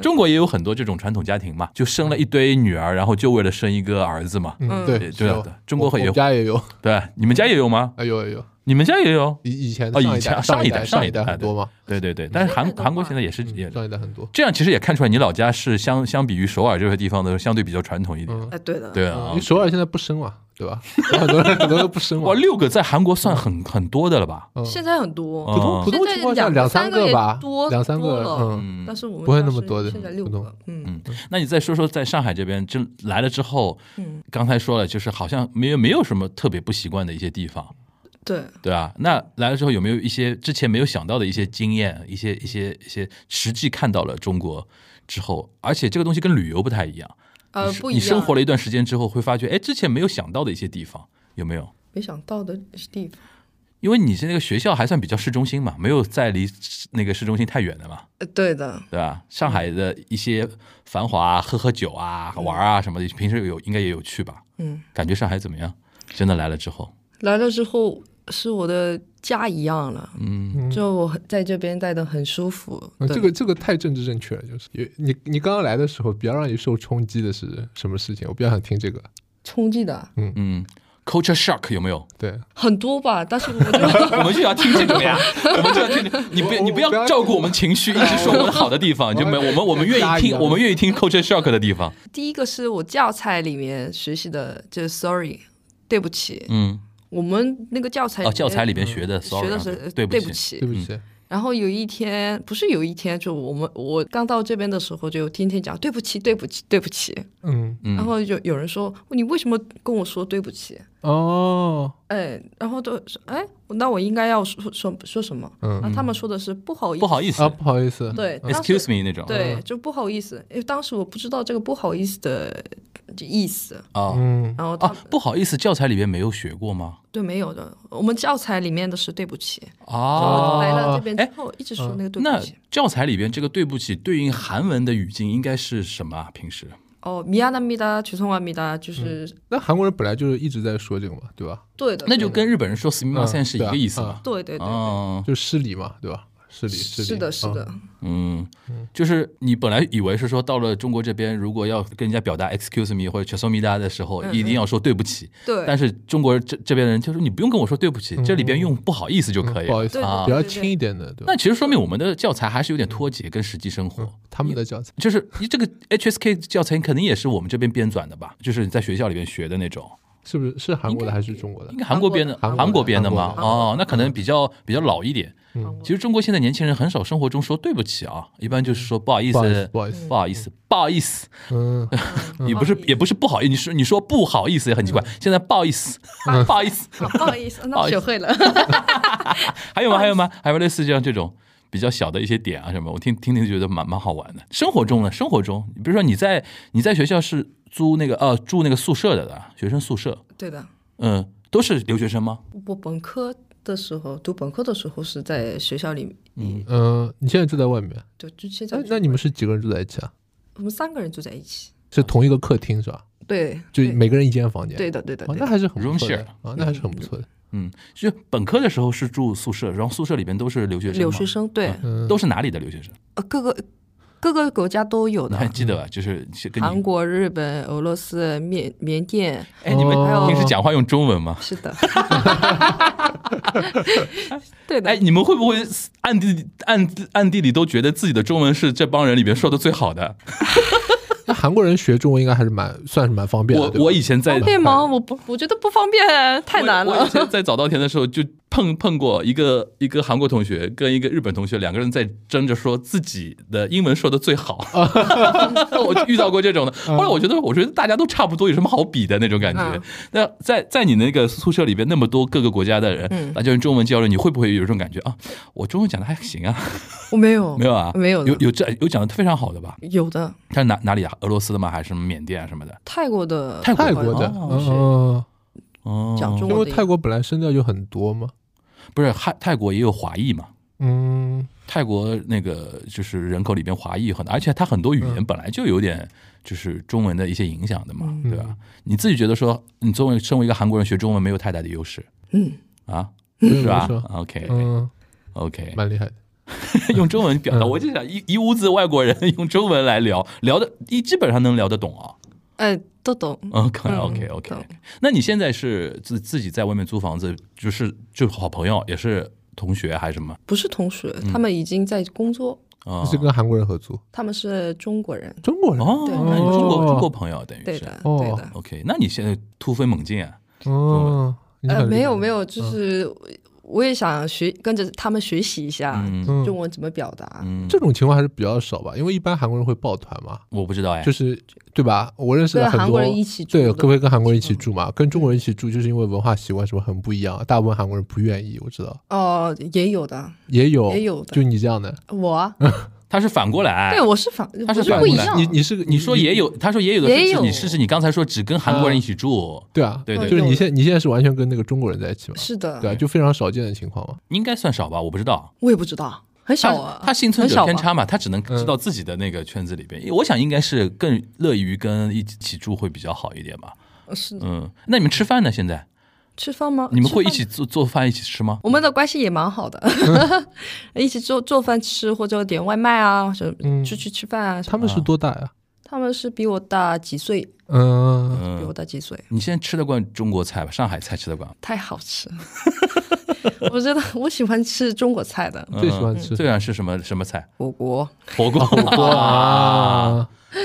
Speaker 5: 中国也有很多这种传统家庭嘛，就生了一堆女儿，然后就为了生一个儿子嘛。
Speaker 6: 嗯，对
Speaker 5: 对啊
Speaker 6: 是有
Speaker 5: 对中国
Speaker 6: 我
Speaker 5: 会有
Speaker 6: 我们家也有，
Speaker 5: 对，你们家也有吗？
Speaker 6: 哎有有有，
Speaker 5: 你们家也
Speaker 7: 嗯
Speaker 5: 有？
Speaker 6: 以以前
Speaker 5: 哦
Speaker 6: 上
Speaker 5: 以
Speaker 6: 一代
Speaker 5: 前上一
Speaker 6: 一
Speaker 5: 代
Speaker 6: 代
Speaker 5: 上一
Speaker 6: 一代
Speaker 5: 代
Speaker 6: 很多嘛，
Speaker 5: 对对对，但是韩
Speaker 7: 现在的话
Speaker 5: 韩国现在也是也
Speaker 6: 嗯上一代很多，
Speaker 5: 这样，其实也看出来你老家是相相比于首尔这个地方的相对比较传统一点。
Speaker 6: 嗯
Speaker 7: 哎对的，
Speaker 5: 对
Speaker 6: 嗯
Speaker 5: 啊
Speaker 6: 因为，首尔现在不生嘛，对
Speaker 5: <laughs>
Speaker 6: 吧？很多人很多人不生嘛
Speaker 5: 哇，，六个在韩国算很很多的了吧？
Speaker 6: 嗯
Speaker 7: 现在很多，
Speaker 5: 嗯
Speaker 6: 普通普
Speaker 7: 现
Speaker 6: 通
Speaker 7: 在
Speaker 6: 情况下
Speaker 7: 两
Speaker 6: 两
Speaker 7: 三个
Speaker 6: 个
Speaker 7: 也
Speaker 6: 吧，
Speaker 7: 多
Speaker 6: 两三
Speaker 7: 多
Speaker 6: 个，
Speaker 7: 了
Speaker 6: 嗯，
Speaker 7: 但是我们
Speaker 6: 不会
Speaker 7: 家
Speaker 6: 那么
Speaker 7: 是
Speaker 6: 多的
Speaker 7: 现在六
Speaker 6: 不
Speaker 7: 个
Speaker 6: 懂，
Speaker 7: 嗯
Speaker 5: 那你再说说在上海这边，就来了之后，
Speaker 7: 嗯，
Speaker 5: 刚才说了，就是好像没有没有什么特别不习惯的一些地方，
Speaker 7: 对，
Speaker 5: 对啊，那来了之后有没有一些之前没有想到的一些经验，一些一些一些实际看到了中国之后，而且这个东西跟旅游不太一样，
Speaker 7: 呃
Speaker 5: 你是
Speaker 7: 不一
Speaker 5: 你
Speaker 7: 样，
Speaker 5: 生活了一段时间之后，会发觉，哎，之前没有想到的一些地方有没有？
Speaker 7: 没想到的地方，
Speaker 5: 因为你是那个学校还算比较市中心嘛，没有在离那个市中心太远的嘛，
Speaker 7: 呃对的，
Speaker 5: 对吧？上海的一些繁华啊、喝喝酒啊、玩啊什么的，平时有应该也有去吧？
Speaker 7: 嗯，
Speaker 5: 感觉上海怎么样？真的来了之后，
Speaker 7: 来了之后是我的家一样了，
Speaker 5: 嗯，
Speaker 7: 就我很在这边待的很舒服，
Speaker 6: 嗯
Speaker 7: 对
Speaker 6: 这个这个太政治正确了，就是有你你刚刚来的时候，比较让你受冲击的是什么事情？我比较想听这个。
Speaker 7: 冲击的
Speaker 5: 嗯，culture shock 有没 <laughs> 有？
Speaker 6: 对，
Speaker 7: 很多吧，但是我就 <laughs>
Speaker 5: 我们就要听这 <laughs> 个呀，我们就要听这个。你不
Speaker 6: 我我
Speaker 5: 你不
Speaker 6: 我不
Speaker 5: 要
Speaker 6: 要
Speaker 5: 照顾我们情绪，一直说我们好的地方，就没 <laughs> 我们我们愿意听，我们愿意听 culture shock 的地方。
Speaker 7: 第一个是我教材里面学习的，就是 sorry，对不起，
Speaker 5: 嗯，
Speaker 7: 我们那个教材
Speaker 5: 哦，教材里
Speaker 7: 面
Speaker 5: 边学的，sorry，
Speaker 7: 学的
Speaker 5: 啊
Speaker 7: 是
Speaker 5: 对
Speaker 7: 不
Speaker 5: 不起，
Speaker 7: 起
Speaker 6: 对，不起，
Speaker 7: 然后有一天，不是有一天，就我们我刚到这边的时候，就天天讲对不起，对不起，对不起。
Speaker 6: 嗯，
Speaker 5: 嗯
Speaker 7: 然后有有人说你为什么跟我说对不起？
Speaker 6: 哦，
Speaker 7: 哎，然后都说哎，那我应该要说说说什么？
Speaker 6: 嗯
Speaker 7: 然后他们说的是不好意
Speaker 5: 不
Speaker 7: 思，
Speaker 5: 好意思
Speaker 6: 啊，不好意思，
Speaker 7: 对
Speaker 5: 嗯，excuse me 那种，
Speaker 7: 对，就不好意思。因为当时我不知道这个不好意思的就意思。
Speaker 5: 啊
Speaker 6: 嗯，
Speaker 7: 然后他
Speaker 5: 啊，不好意思，教材里边没有学过吗？
Speaker 7: 对没有的，我们教材里面的是对不起，
Speaker 5: 啊，
Speaker 7: 来了这边
Speaker 5: 哎
Speaker 7: 之后一直说那个对
Speaker 5: 那
Speaker 7: 不起。
Speaker 5: 教材里边这个对不起对应韩文的语境应该是什么啊？平时
Speaker 7: 哦，미안합니다，죄송합니다，就是
Speaker 6: 那韩国人本来就是一直在说这个嘛，对吧？
Speaker 7: 呃
Speaker 6: 嗯啊
Speaker 7: 对的，
Speaker 5: 嗯那就跟日本人说 s m i m a s e n 是一个意思嘛？
Speaker 7: 对对对对，
Speaker 5: 嗯
Speaker 6: 就是失礼嘛，对吧？失礼，失礼，
Speaker 7: 是的，是的，
Speaker 5: 嗯，就是你本来以为是说到了中国这边，如果要跟人家表达 excuse me 或者 c h e s o m i d a 的时候，一定要说对不起。
Speaker 7: 嗯对。
Speaker 5: 但是中国这这边的人就说你不用跟我说对不起，这里边用不好意思就
Speaker 6: 嗯，
Speaker 5: 可以
Speaker 6: 不好
Speaker 5: 了。
Speaker 6: 意思
Speaker 7: 对，
Speaker 5: 啊
Speaker 6: 比较轻一点的，对吧
Speaker 5: 那？其实说明我们的教材还是有点脱节，跟实际生活。
Speaker 6: 他们的教材，
Speaker 5: 就是你这个 HSK 教材肯定也是我们这边编纂的吧？就是你在学校里边学的那种，
Speaker 6: 是不是是韩国的还是中国的
Speaker 5: 应？该韩国编的，
Speaker 6: 韩国的
Speaker 5: 韩国编的
Speaker 6: 韩
Speaker 5: 吗？
Speaker 7: 国的
Speaker 5: 哦，那可能比较比较老一点。
Speaker 7: 韩国
Speaker 5: 其实中国现在年轻人很少生活中说对不起啊，一般就是说不好意
Speaker 6: 不好意思
Speaker 5: 思，
Speaker 6: 不好意思
Speaker 5: 不好意思，不好意思，
Speaker 6: 嗯，
Speaker 5: 也不是也不是不好意思，你说你说不好意思也很奇怪。现在不好意思， <laughs> 不好意思，
Speaker 7: 好啊不好意思，
Speaker 5: 好
Speaker 7: 那
Speaker 5: 意思
Speaker 7: 学会了。 <laughs>
Speaker 5: 还有吗？还有吗？还有类似这样这种比较小的一些点啊什么，我听听听觉得蛮蛮好玩的。生活中呢，生活中，比如说你在你在学校是租那个呃住那个宿舍的的学生宿舍，
Speaker 7: 对的，
Speaker 5: 嗯，都是留学生吗？
Speaker 7: 我本科的时候读本科的时候是在学校里，
Speaker 6: 嗯，你现在住在外面，
Speaker 7: 就就现在
Speaker 6: 那哎那你们是几个人住在一起啊？
Speaker 7: 我们三个人住在一起，
Speaker 6: 是同一个客厅是吧？
Speaker 7: 对，
Speaker 6: 就
Speaker 7: 对
Speaker 6: 每个人一间房间。
Speaker 7: 对的对的
Speaker 6: 哦
Speaker 7: 对，
Speaker 6: 那
Speaker 7: 的，
Speaker 6: 还是很不
Speaker 5: Room
Speaker 6: 错的
Speaker 5: share
Speaker 6: 啊，那还是很不错的。
Speaker 5: 嗯，就本科的时候是住宿舍，然后宿舍里边都是留学生吗，
Speaker 7: 留学生对，
Speaker 6: 嗯，
Speaker 5: 都是哪里的留学生？
Speaker 7: 呃各个各个国家都有
Speaker 5: 你
Speaker 7: 的，
Speaker 5: 还记得吧？就是是跟
Speaker 7: 韩
Speaker 5: 你，
Speaker 7: 国、日本、俄罗斯、缅缅甸，
Speaker 5: 哎，你们
Speaker 6: 哦
Speaker 5: 平时讲话用中文吗？
Speaker 7: 是
Speaker 6: <laughs>
Speaker 7: 的，对的
Speaker 5: 哎，，你们会不会暗地暗暗地里都觉得自己的中文是这帮人里边说的最好的？
Speaker 6: 那韩国人学中文应该还是蛮算是蛮方便的。
Speaker 5: 我
Speaker 6: 对吧
Speaker 5: 我以前在
Speaker 7: 方便吗？我不，我觉得不方便，太难
Speaker 5: 我我以
Speaker 7: 了。
Speaker 5: 前在早稻田的时候就碰碰过一个一个韩国同学跟一个日本同学，两个人在争着说自己的英文说的最好。我就遇到过这种的。后来我觉得，我觉得大家都差不多，有什么好比的那种感觉
Speaker 7: 嗯？
Speaker 5: 那在在你那个宿舍里边，那么多各个国家的人
Speaker 7: 嗯，
Speaker 5: 大家用中文交流，你会不会有一种感觉啊？我中文讲的还行啊，
Speaker 7: 我没有，
Speaker 5: 没有啊？
Speaker 7: 哦没有的
Speaker 5: 有有这有讲的非常好的吧？
Speaker 7: 有的，
Speaker 5: 他是哪哪里啊？俄罗斯的吗？还是什么缅甸啊什么的？
Speaker 7: 泰国的，
Speaker 5: 泰
Speaker 6: 泰国的，
Speaker 5: 哦
Speaker 6: 嗯嗯，
Speaker 5: 哦
Speaker 7: 讲
Speaker 6: 嗯
Speaker 7: 中文
Speaker 6: 因
Speaker 7: 我
Speaker 6: 为
Speaker 7: 的
Speaker 6: 泰国本来声调就很多嘛。
Speaker 5: 不是泰泰国也有华裔嘛？
Speaker 6: 嗯，
Speaker 5: 泰国那个就是人口里边华裔很多，而且它很多语言本来就有点就是中文的一些影响的
Speaker 7: 嗯
Speaker 5: 嘛，对啊吧？你自己觉得说，你作为身为一个韩国人学中文没有太大的优势
Speaker 7: 嗯，
Speaker 5: 啊，
Speaker 6: 是
Speaker 5: 是吧
Speaker 6: 说，
Speaker 5: ？OK
Speaker 6: 嗯，
Speaker 5: OK，
Speaker 6: 蛮厉害的。
Speaker 5: <laughs> 用中文表达，
Speaker 6: 嗯
Speaker 5: 我就想一一屋子外国人用中文来聊，聊的一基本上能聊得懂啊。
Speaker 7: 哎，都懂，
Speaker 5: OK
Speaker 6: 啊
Speaker 7: 嗯
Speaker 5: OK OK，
Speaker 7: 懂
Speaker 5: 那你现在是自自己在外面租房子，就是就好朋友也是同学还是什么
Speaker 7: 不是同学，
Speaker 6: 嗯
Speaker 7: 他们已经在工作，
Speaker 5: 啊
Speaker 6: 你？是跟韩国人合租？
Speaker 7: 他们是中国人，
Speaker 6: 中国人
Speaker 5: 哦，
Speaker 7: 对
Speaker 5: 那你中国
Speaker 6: 哦
Speaker 5: 中国朋友等于
Speaker 7: 对
Speaker 5: 是
Speaker 7: 的，
Speaker 6: 哦
Speaker 7: 对的。
Speaker 5: OK，那你现在突飞猛进啊？
Speaker 6: 哦，你
Speaker 7: 呃，
Speaker 6: 很
Speaker 7: 没有
Speaker 6: 厉害
Speaker 7: 没
Speaker 5: 嗯
Speaker 7: 有，就是我也想学，跟着他们学习一下
Speaker 5: 嗯
Speaker 6: 嗯
Speaker 7: 中文怎么表达。
Speaker 5: 嗯，
Speaker 6: 这种情况还是比较少吧，因为一般韩国人会抱团嘛，
Speaker 5: 我不知道哎，
Speaker 6: 就是对吧？我认识的
Speaker 7: 对
Speaker 6: 很多
Speaker 7: 韩国人一起住
Speaker 6: 对，
Speaker 7: 的嗯
Speaker 6: 各位跟韩国人一起住嘛，跟中国人一起住，就是因为文化习惯什么很不一样，大部分韩国人不愿意，我知道
Speaker 7: 哦，也有的，
Speaker 6: 也有
Speaker 7: 也有的
Speaker 6: 就你这样的，
Speaker 7: 我啊
Speaker 5: 他是反过来，
Speaker 7: 对我是反，
Speaker 5: 哎他是
Speaker 7: 我
Speaker 5: 反
Speaker 7: 不
Speaker 5: 过
Speaker 7: 一
Speaker 5: 来
Speaker 7: 样。
Speaker 6: 你你是个
Speaker 5: 哦你说也有，他说也有的
Speaker 7: 也
Speaker 5: 是指
Speaker 7: 有嗯
Speaker 5: 你是指你刚才说只跟韩国人一起住，
Speaker 6: 对啊，
Speaker 5: 对对
Speaker 6: 就是你
Speaker 7: 对
Speaker 6: 现你现在是完全跟那个中国人在一起嘛，
Speaker 7: 是的，
Speaker 6: 对啊，就非常少见的情况嘛，
Speaker 5: 应该算少吧？我不知道，
Speaker 7: 我也不知道，
Speaker 5: 他
Speaker 7: 很少啊，
Speaker 5: 他幸存
Speaker 7: 很
Speaker 5: 者
Speaker 7: 少吧
Speaker 5: 偏差嘛，他只能知道自己的那个圈子里边，我想应该是更乐于跟一起住会比较好一点吧。
Speaker 7: 是
Speaker 5: 嗯，那你们吃饭呢？现在
Speaker 7: 吃饭吗？
Speaker 5: 你们会
Speaker 7: 吃
Speaker 5: 一
Speaker 7: 饭
Speaker 5: 起做做饭一起吃吗？
Speaker 7: 我们的关系也蛮好的，
Speaker 5: 嗯
Speaker 7: <laughs> 一起做做饭吃，或者点外卖啊，什
Speaker 6: 嗯
Speaker 7: 么出去吃饭啊。什么
Speaker 6: 他们是多大呀？
Speaker 7: 他们是比我大几岁，
Speaker 6: 嗯，
Speaker 5: 嗯
Speaker 7: 比我，大几岁，
Speaker 5: 你现在吃得惯中国菜吧？上海菜吃得惯吗，
Speaker 7: 太好吃了。 <laughs> 我觉得我喜欢吃中国菜的
Speaker 6: 最喜欢吃
Speaker 5: 嗯最喜欢吃什么什么菜？
Speaker 7: 火锅，
Speaker 5: 火锅，火锅啊， <laughs>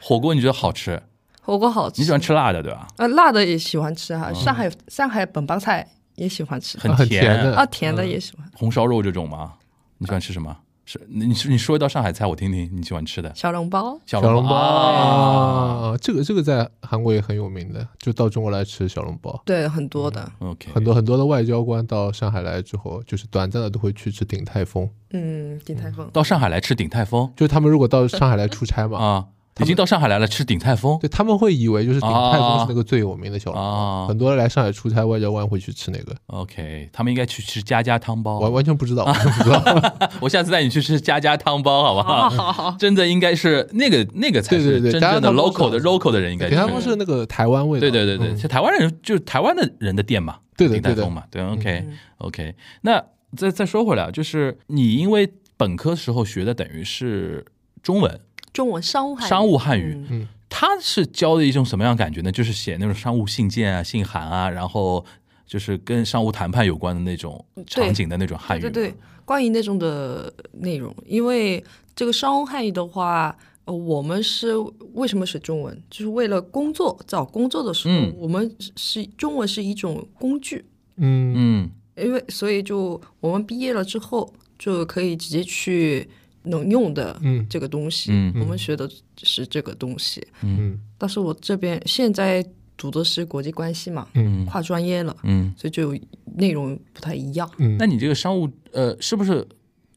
Speaker 5: 火锅你觉得好吃？
Speaker 7: 火锅好吃。
Speaker 5: 你喜欢吃辣的对吧？
Speaker 7: 呃辣的也喜欢吃哈，上海上海本帮菜也喜欢吃，
Speaker 5: 很
Speaker 6: 很
Speaker 5: 甜
Speaker 6: 甜的
Speaker 7: 啊甜的也喜欢，
Speaker 5: 红烧肉这种吗？你喜欢吃什么？是你你你说一道上海菜，我听听你喜欢吃的
Speaker 7: 小笼包
Speaker 5: 小
Speaker 6: 小笼包
Speaker 5: 啊。
Speaker 6: 啊，这个这个在韩国也很有名的，就到中国来吃小笼包。
Speaker 7: 对很多的，
Speaker 5: OK，
Speaker 6: 很多很多的外交官到上海来之后，就是短暂的都会去吃鼎泰丰。
Speaker 7: 嗯，鼎泰丰
Speaker 5: 到上海来吃鼎泰丰
Speaker 6: 就是他们如果到上海来出差
Speaker 5: <laughs>
Speaker 6: 嘛，
Speaker 5: 啊，已经到上海来了，吃鼎泰丰
Speaker 6: 对他们会以为就是鼎泰丰
Speaker 5: 啊
Speaker 6: 是那个最有名的小笼包，
Speaker 5: 啊
Speaker 6: 很多来上海出差外交官会去吃那个，
Speaker 5: ，OK，他们应该去吃家家汤包。
Speaker 6: 完完全不知道，
Speaker 5: 啊
Speaker 6: 完全不知
Speaker 5: <laughs>
Speaker 6: 道。
Speaker 5: 我下次带你去吃家家汤包，好不好？
Speaker 6: <laughs>
Speaker 5: 真的应该是那个那个才
Speaker 6: 对
Speaker 5: 是
Speaker 6: 对对
Speaker 5: 真
Speaker 6: 家家
Speaker 5: 正的
Speaker 6: 汤包
Speaker 5: local 的
Speaker 6: 是
Speaker 5: local 的人应该
Speaker 6: 鼎泰
Speaker 5: 去
Speaker 6: 丰是那个台湾味道，
Speaker 5: 对对对对，
Speaker 6: 嗯
Speaker 5: 是台湾人就是台湾的人的店嘛，
Speaker 6: 对的
Speaker 5: 鼎泰
Speaker 6: 对的
Speaker 5: 丰嘛，对，OK
Speaker 7: 嗯
Speaker 5: OK。那再再说回来，就是你因为本科时候学的等于是中文
Speaker 7: 中文商务汉语
Speaker 5: 商务汉语
Speaker 7: 嗯，
Speaker 5: 他是教的一种什么样的感觉呢？就是写那种商务信件啊、信函啊，然后就是跟商务谈判有关的那种
Speaker 7: 嗯对
Speaker 5: 场景的那种汉语。啊
Speaker 7: 对对对，关于那种的内容，因为这个商务汉语的话，呃，我们是为什么学中文？就是为了工作，找工作的时候，
Speaker 5: 嗯
Speaker 7: 我们是是中文是一种工具，
Speaker 6: 嗯，
Speaker 5: 嗯，
Speaker 7: 因为所以就我们毕业了之后，就可以直接去能用的
Speaker 6: 嗯
Speaker 7: 这个东西。
Speaker 5: 嗯
Speaker 7: 我们学的是这个东西。
Speaker 6: 嗯，
Speaker 7: 但是我这边现在读的是国际关系嘛，
Speaker 6: 嗯
Speaker 7: 跨专业了，
Speaker 5: 嗯，
Speaker 7: 所以就内容不太一样。
Speaker 6: 嗯，
Speaker 5: 那你这个商务呃，是不是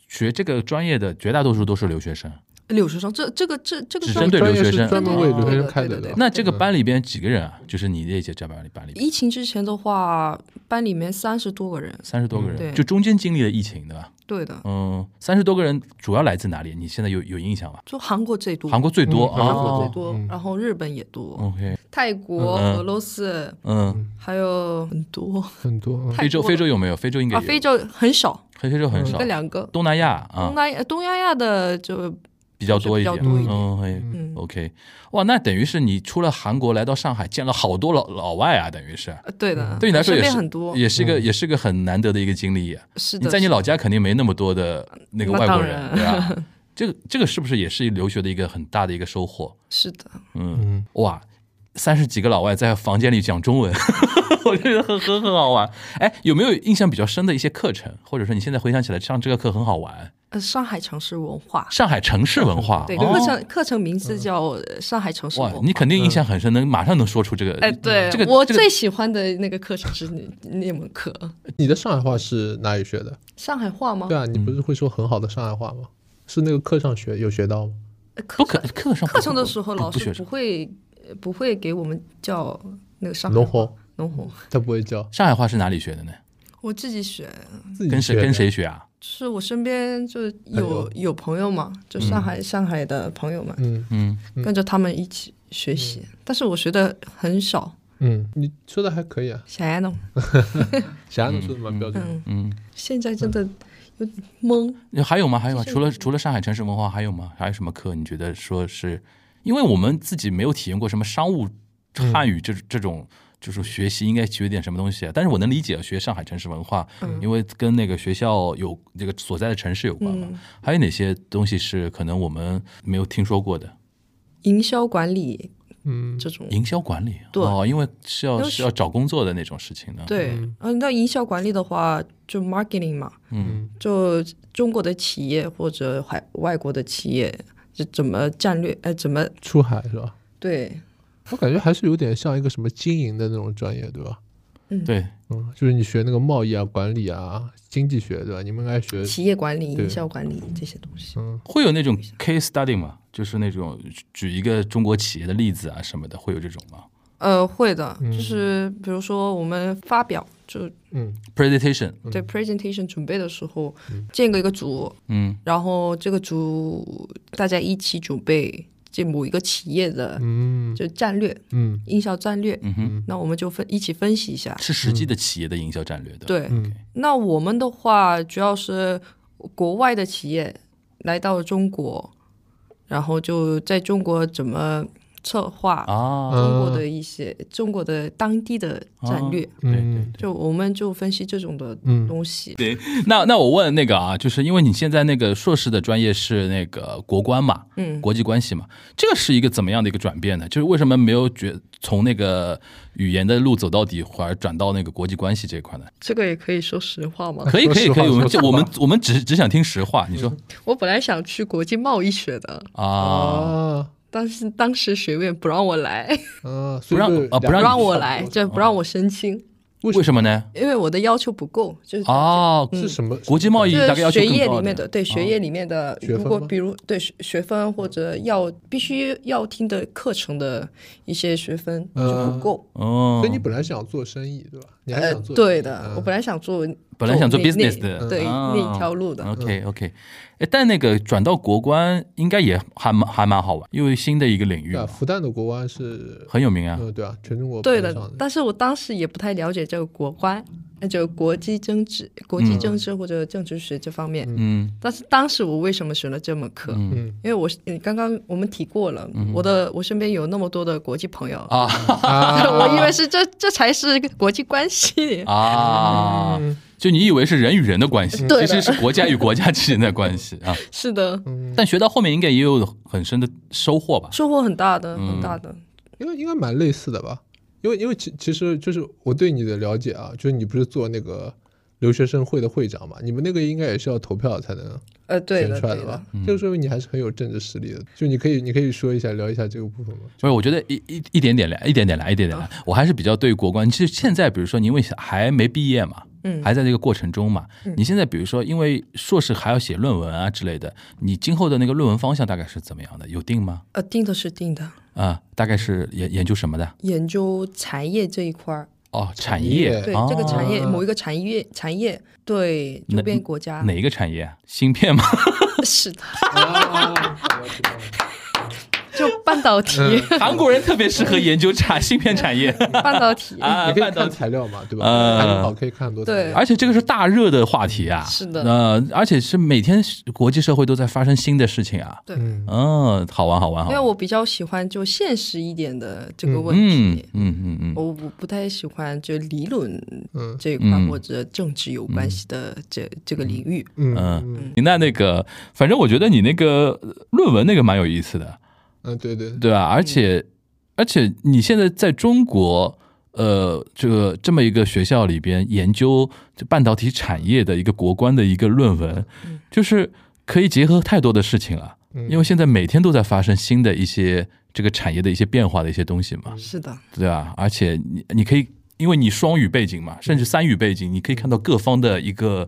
Speaker 5: 学这个专业的绝大多数都是留学生？
Speaker 7: 留学生，这这个这这个
Speaker 5: 只
Speaker 7: 专
Speaker 5: 针对
Speaker 6: 专
Speaker 5: 留学
Speaker 6: 业是
Speaker 5: 生
Speaker 6: 专门为留学生开
Speaker 7: 哦
Speaker 6: 的
Speaker 7: 对对对
Speaker 6: 对吧，
Speaker 5: 那这个班里边几个人啊？就是你这届这班里班里边
Speaker 7: 疫情之前的话，班里面三十多个人，
Speaker 5: 三十多个人，
Speaker 7: 嗯对
Speaker 5: 就中间经历了疫情，对吧？
Speaker 7: 对的，
Speaker 5: 嗯，三十多个人主要来自哪里？你现在有有印象吗？
Speaker 7: 就韩国最多，
Speaker 5: 韩国最多
Speaker 6: 嗯
Speaker 5: 啊、
Speaker 7: 韩
Speaker 5: 哦
Speaker 7: 国最多，然后日本也多，
Speaker 5: OK，
Speaker 7: 泰国、
Speaker 5: 嗯
Speaker 7: 俄罗斯
Speaker 5: 嗯，
Speaker 7: 还有很多
Speaker 6: 很多，嗯
Speaker 5: 非洲
Speaker 7: 泰国
Speaker 5: 非洲有没有？非洲应该
Speaker 7: 啊，
Speaker 5: 有，哦
Speaker 7: 非洲很少，
Speaker 5: 非非洲很少
Speaker 7: 这，两个。
Speaker 5: 东南亚啊
Speaker 7: 东南亚东亚亚的就
Speaker 5: 比较多一点，
Speaker 7: 比较多
Speaker 6: 一点
Speaker 5: 嗯嘿
Speaker 7: 嗯
Speaker 5: OK，哇，那等于是你出了韩国来到上海，见了好多老老外啊，等于是。
Speaker 7: 呃对的，
Speaker 5: 对你来说
Speaker 7: 身
Speaker 5: 也
Speaker 7: 边
Speaker 5: 是
Speaker 7: 很多，嗯
Speaker 5: 也是一个也是个很难得的一个经历啊。
Speaker 7: 是
Speaker 5: 你
Speaker 7: 的。
Speaker 5: 在你
Speaker 7: 是
Speaker 5: 老家肯定没那么多的那个
Speaker 7: 那
Speaker 5: 外国
Speaker 7: 当
Speaker 5: 人，
Speaker 7: 然
Speaker 5: 对
Speaker 7: <laughs>
Speaker 5: 吧？这个这个是不是也是留学的一个很大的一个收获？
Speaker 7: 是的，
Speaker 5: 嗯，哇，三十几个老外在房间里讲中文， <laughs> 我觉得很很很好玩。哎，有没有印象比较深的一些课程，或者说你现在回想起来上这个课很好玩？
Speaker 7: 呃，上海城市文化，
Speaker 5: 上海城市文化，
Speaker 7: 对
Speaker 5: 哦嗯
Speaker 7: 课程课程名字叫呃上海城市
Speaker 5: 哇
Speaker 7: 文，
Speaker 5: 你
Speaker 7: 化。
Speaker 5: 肯定印象很深，能马上能说出这个。
Speaker 7: 哎，对
Speaker 5: 这个
Speaker 7: 我
Speaker 5: 这个
Speaker 7: 最喜欢的那个课程是那那门课，
Speaker 6: 你的上海话是哪里学的？
Speaker 7: 上海话吗
Speaker 6: 对？啊，你不是会说很好的上海话吗？是那个课上学有学到吗？
Speaker 7: 呃课
Speaker 5: 不可
Speaker 7: 程
Speaker 5: 课上
Speaker 7: 课程的时候，老
Speaker 5: 不
Speaker 7: 师
Speaker 5: 学
Speaker 7: 不会呃不会给我们叫那个上海
Speaker 6: 农
Speaker 7: 话
Speaker 6: 活
Speaker 7: 农活，
Speaker 6: 他不会教，
Speaker 5: 上海话是哪里学的呢？
Speaker 7: 我自己学，
Speaker 6: 自己
Speaker 5: 跟谁
Speaker 6: 学的
Speaker 5: 跟谁学啊？
Speaker 7: 是我身边就
Speaker 6: 友
Speaker 7: 有有朋友嘛，就上海上海的朋友们，
Speaker 6: 嗯
Speaker 5: 嗯，
Speaker 7: 跟着他们一起学习，但是我学的很少。
Speaker 6: 嗯，你说的还可以啊，
Speaker 7: 小爱呢？
Speaker 6: 小安都说的蛮标准的。
Speaker 7: 嗯嗯，现在真的有点懵。
Speaker 5: 那还有吗？还有吗？
Speaker 7: 就是
Speaker 5: 除了除了上海城市文化，还有吗？还有什么课？你觉得说是因为我们自己没有体验过什么商务汉语这、这种，就是学习应该学点什么东西啊？但是我能理解学上海城市文化，
Speaker 7: 嗯
Speaker 5: 因为跟那个学校有这个所在的城市有关
Speaker 7: 嗯
Speaker 5: 嘛。还有哪些东西是可能我们没有听说过的？
Speaker 7: 营销管理
Speaker 6: 嗯，
Speaker 7: 这种，
Speaker 5: 营销管理
Speaker 7: 对
Speaker 5: 哦，因为是要
Speaker 7: 因为
Speaker 5: 是要找工作的那种事情呢。，
Speaker 7: 对，嗯，那营销管理的话，就 marketing 嘛，
Speaker 5: 嗯
Speaker 7: 就中国的企业或者海外国的企业，就怎么战略，呃，怎么
Speaker 6: 出海是吧？
Speaker 7: 对，
Speaker 6: 我感觉还是有点像一个什么经营的那种专业，对吧？
Speaker 5: 对，
Speaker 6: 嗯，就是你学那个贸易啊、管理啊、经济学，对吧？你们应该学
Speaker 7: 企业管理、
Speaker 6: 对
Speaker 7: 营销管理这些东西。
Speaker 5: 会有那种 case study 吗？就是那种举一个中国企业的例子啊什么的，会有这种吗
Speaker 7: 呃，会的，就是比如说我们发表，就
Speaker 6: 嗯
Speaker 5: ？presentation，
Speaker 7: 对 presentation 准备的时候，建个一个组，
Speaker 5: 嗯
Speaker 7: 然后这个组大家一起准备这某一个企业的
Speaker 6: 嗯
Speaker 7: 就战略、
Speaker 6: 嗯
Speaker 7: 营销战略，
Speaker 5: 嗯哼，
Speaker 7: 那我们就分一起分析一下。
Speaker 5: 是实际的企业的营销战略的。，
Speaker 7: 对，
Speaker 6: 嗯
Speaker 7: 那我们的话主要是国外的企业来到中国，然后就在中国怎么策划
Speaker 5: 啊，
Speaker 7: 中国的一些、中国的当地的战略，
Speaker 5: 对对
Speaker 6: 嗯
Speaker 5: 对。
Speaker 7: 就我们就分析这种的
Speaker 6: 嗯
Speaker 7: 东西。
Speaker 5: 那那我问那个啊，就是因为你现在那个硕士的专业是那个国关嘛，
Speaker 7: 嗯
Speaker 5: 国际关系嘛，这个是一个怎么样的一个转变呢？就是为什么没有觉从那个语言的路走到底，而转到那个国际关系这一块呢？
Speaker 7: 这个也可以说实话吗？
Speaker 5: 可以
Speaker 6: 啊说
Speaker 5: 可以
Speaker 6: 实话
Speaker 5: 可以，我们
Speaker 6: 说实
Speaker 5: 就
Speaker 6: 话
Speaker 5: 我们我们只只想听实话，你说
Speaker 7: 我本来想去国际贸易学的，嗯
Speaker 5: 啊。
Speaker 6: 啊
Speaker 7: 但是当时学院不让我来，
Speaker 6: 啊，
Speaker 5: 不
Speaker 6: 所以
Speaker 5: 让
Speaker 6: 就
Speaker 5: <laughs> 啊不让
Speaker 7: 不
Speaker 5: 你
Speaker 7: 让我
Speaker 5: 去
Speaker 7: 来，就不让我申请。
Speaker 6: 为
Speaker 5: 为什么呢？
Speaker 7: 因为我的要求不够，就是
Speaker 5: 哦，
Speaker 6: 是什么？
Speaker 5: 国际贸易
Speaker 7: 嗯就
Speaker 5: 大概要
Speaker 7: 是
Speaker 5: 求
Speaker 7: 学
Speaker 5: 更
Speaker 7: 业
Speaker 5: 高哦
Speaker 7: 里
Speaker 5: 一
Speaker 7: 面
Speaker 5: 点
Speaker 7: 的，对学业里面的，
Speaker 6: 学分
Speaker 7: 如果
Speaker 6: 吗
Speaker 7: 比如对学学分或者要必须要听的课程的一些学分就不够。
Speaker 5: 哦
Speaker 6: 所以，你本来想做生意对吧？你还
Speaker 5: 哎
Speaker 7: 呃
Speaker 6: 呃想，做生意、嗯
Speaker 7: 对的，我本来想做，
Speaker 5: 本来想做
Speaker 7: 那
Speaker 5: business
Speaker 7: 那
Speaker 5: 的，
Speaker 7: 对
Speaker 5: 啊
Speaker 7: 那一条路的。嗯
Speaker 5: OK OK，哎，但那个转到国关应该也还蛮还蛮好玩，因为新的一个领域
Speaker 6: 对啊，
Speaker 5: 嘛，
Speaker 6: 复旦的国安是
Speaker 5: 很有名啊。
Speaker 6: 呃对啊，全中国
Speaker 7: 对
Speaker 6: 排
Speaker 7: 的
Speaker 6: 上，
Speaker 7: 但是我当时也不太了解这个国关，那就国际政治、国际政治或者政治学这方面。
Speaker 5: 嗯
Speaker 7: 但是当时我为什么选了这门课？
Speaker 5: 嗯
Speaker 7: 因为我是你刚刚我们提过了，我的我身边有那么多的国际朋友，
Speaker 5: 啊
Speaker 7: <laughs> 我以为是这这才是国际关系。
Speaker 5: 啊，就你以为是人与人的关系，
Speaker 7: 嗯 <laughs> 对
Speaker 5: 其
Speaker 7: 的
Speaker 5: 实是国家与国家之间的关系
Speaker 7: <laughs>
Speaker 5: 啊。
Speaker 7: 是的，
Speaker 5: 但学到后面应该也有很深的收获吧？
Speaker 7: 收获很大的，
Speaker 5: 嗯
Speaker 7: 很大的。
Speaker 6: 应该应该蛮类似的吧？因为因为其其实就是我对你的了解啊，就是你不是做那个留学生会的会长嘛？你们那个应该也是要投票才能
Speaker 7: 呃，对
Speaker 6: 选
Speaker 7: 的，
Speaker 6: 出来
Speaker 7: 对的
Speaker 6: 吧？。这
Speaker 5: 嗯
Speaker 6: 个说明你还是很有政治实力的。就你可以你可以说一下聊一下这个部分吗？
Speaker 5: 所以我觉得一一一点点来，一点点来，一点点来。
Speaker 7: 嗯
Speaker 5: 我还是比较对国关。其实现在，比如说，你因为还没毕业嘛，
Speaker 7: 嗯
Speaker 5: 还在这个过程中嘛。你现在比如说，因为硕士还要写论文啊之类的，你今后的那个论文方向大概是怎么样的？有定吗？
Speaker 7: 呃，定的是定的，
Speaker 5: 啊，大概是研研究什么的？
Speaker 7: 研究产业这一块儿，
Speaker 5: 哦，产
Speaker 6: 业
Speaker 5: 业，
Speaker 7: 对
Speaker 5: 哦
Speaker 7: 这个产业
Speaker 6: 啊
Speaker 7: 某一个产业产业对
Speaker 5: 哪
Speaker 7: 周边国家
Speaker 5: 哪一个产业啊？芯片吗？
Speaker 7: <laughs> 是的，
Speaker 5: 啊
Speaker 7: 就半导体，
Speaker 5: <laughs> 韩国人特别适合研究产 <laughs> 芯片产业
Speaker 7: <laughs> 半导体，
Speaker 5: <laughs> 啊，
Speaker 6: 你可以
Speaker 5: 半导
Speaker 6: 看
Speaker 5: 体。
Speaker 6: 材料嘛，对吧？
Speaker 5: 呃
Speaker 6: 韩语好可以看很多材
Speaker 7: 对
Speaker 6: 料。
Speaker 5: 而且这个是大热的话题啊，
Speaker 7: 是的
Speaker 5: 呃，而且是每天国际社会都在发生新的事情啊，
Speaker 7: 对，
Speaker 6: 嗯，
Speaker 5: 嗯，好玩好玩好
Speaker 7: 因
Speaker 5: 玩
Speaker 7: 为。我比较喜欢就现实一点的这个问
Speaker 5: 嗯
Speaker 7: 题，
Speaker 5: 嗯嗯嗯，
Speaker 7: 我我不太喜欢就理论
Speaker 6: 嗯
Speaker 7: 这一块
Speaker 5: 嗯
Speaker 7: 或者政治有关系的这这个领域，
Speaker 6: 嗯
Speaker 5: 嗯，你那那个，反正我觉得你那个呃论文那个蛮有意思的，
Speaker 6: 嗯，对对，
Speaker 5: 对吧？而且、而且你现在在中国，呃，这个这么一个学校里边研究这半导体产业的一个国关的一个论文，
Speaker 7: 嗯
Speaker 5: 就是可以结合太多的事情了，因为现在每天都在发生新的一些这个产业的一些变化的一些东西嘛，
Speaker 7: 是的，
Speaker 5: 对吧？而且你你可以，因为你双语背景嘛，甚至
Speaker 7: 嗯
Speaker 5: 三语背景，你可以看到各方的一个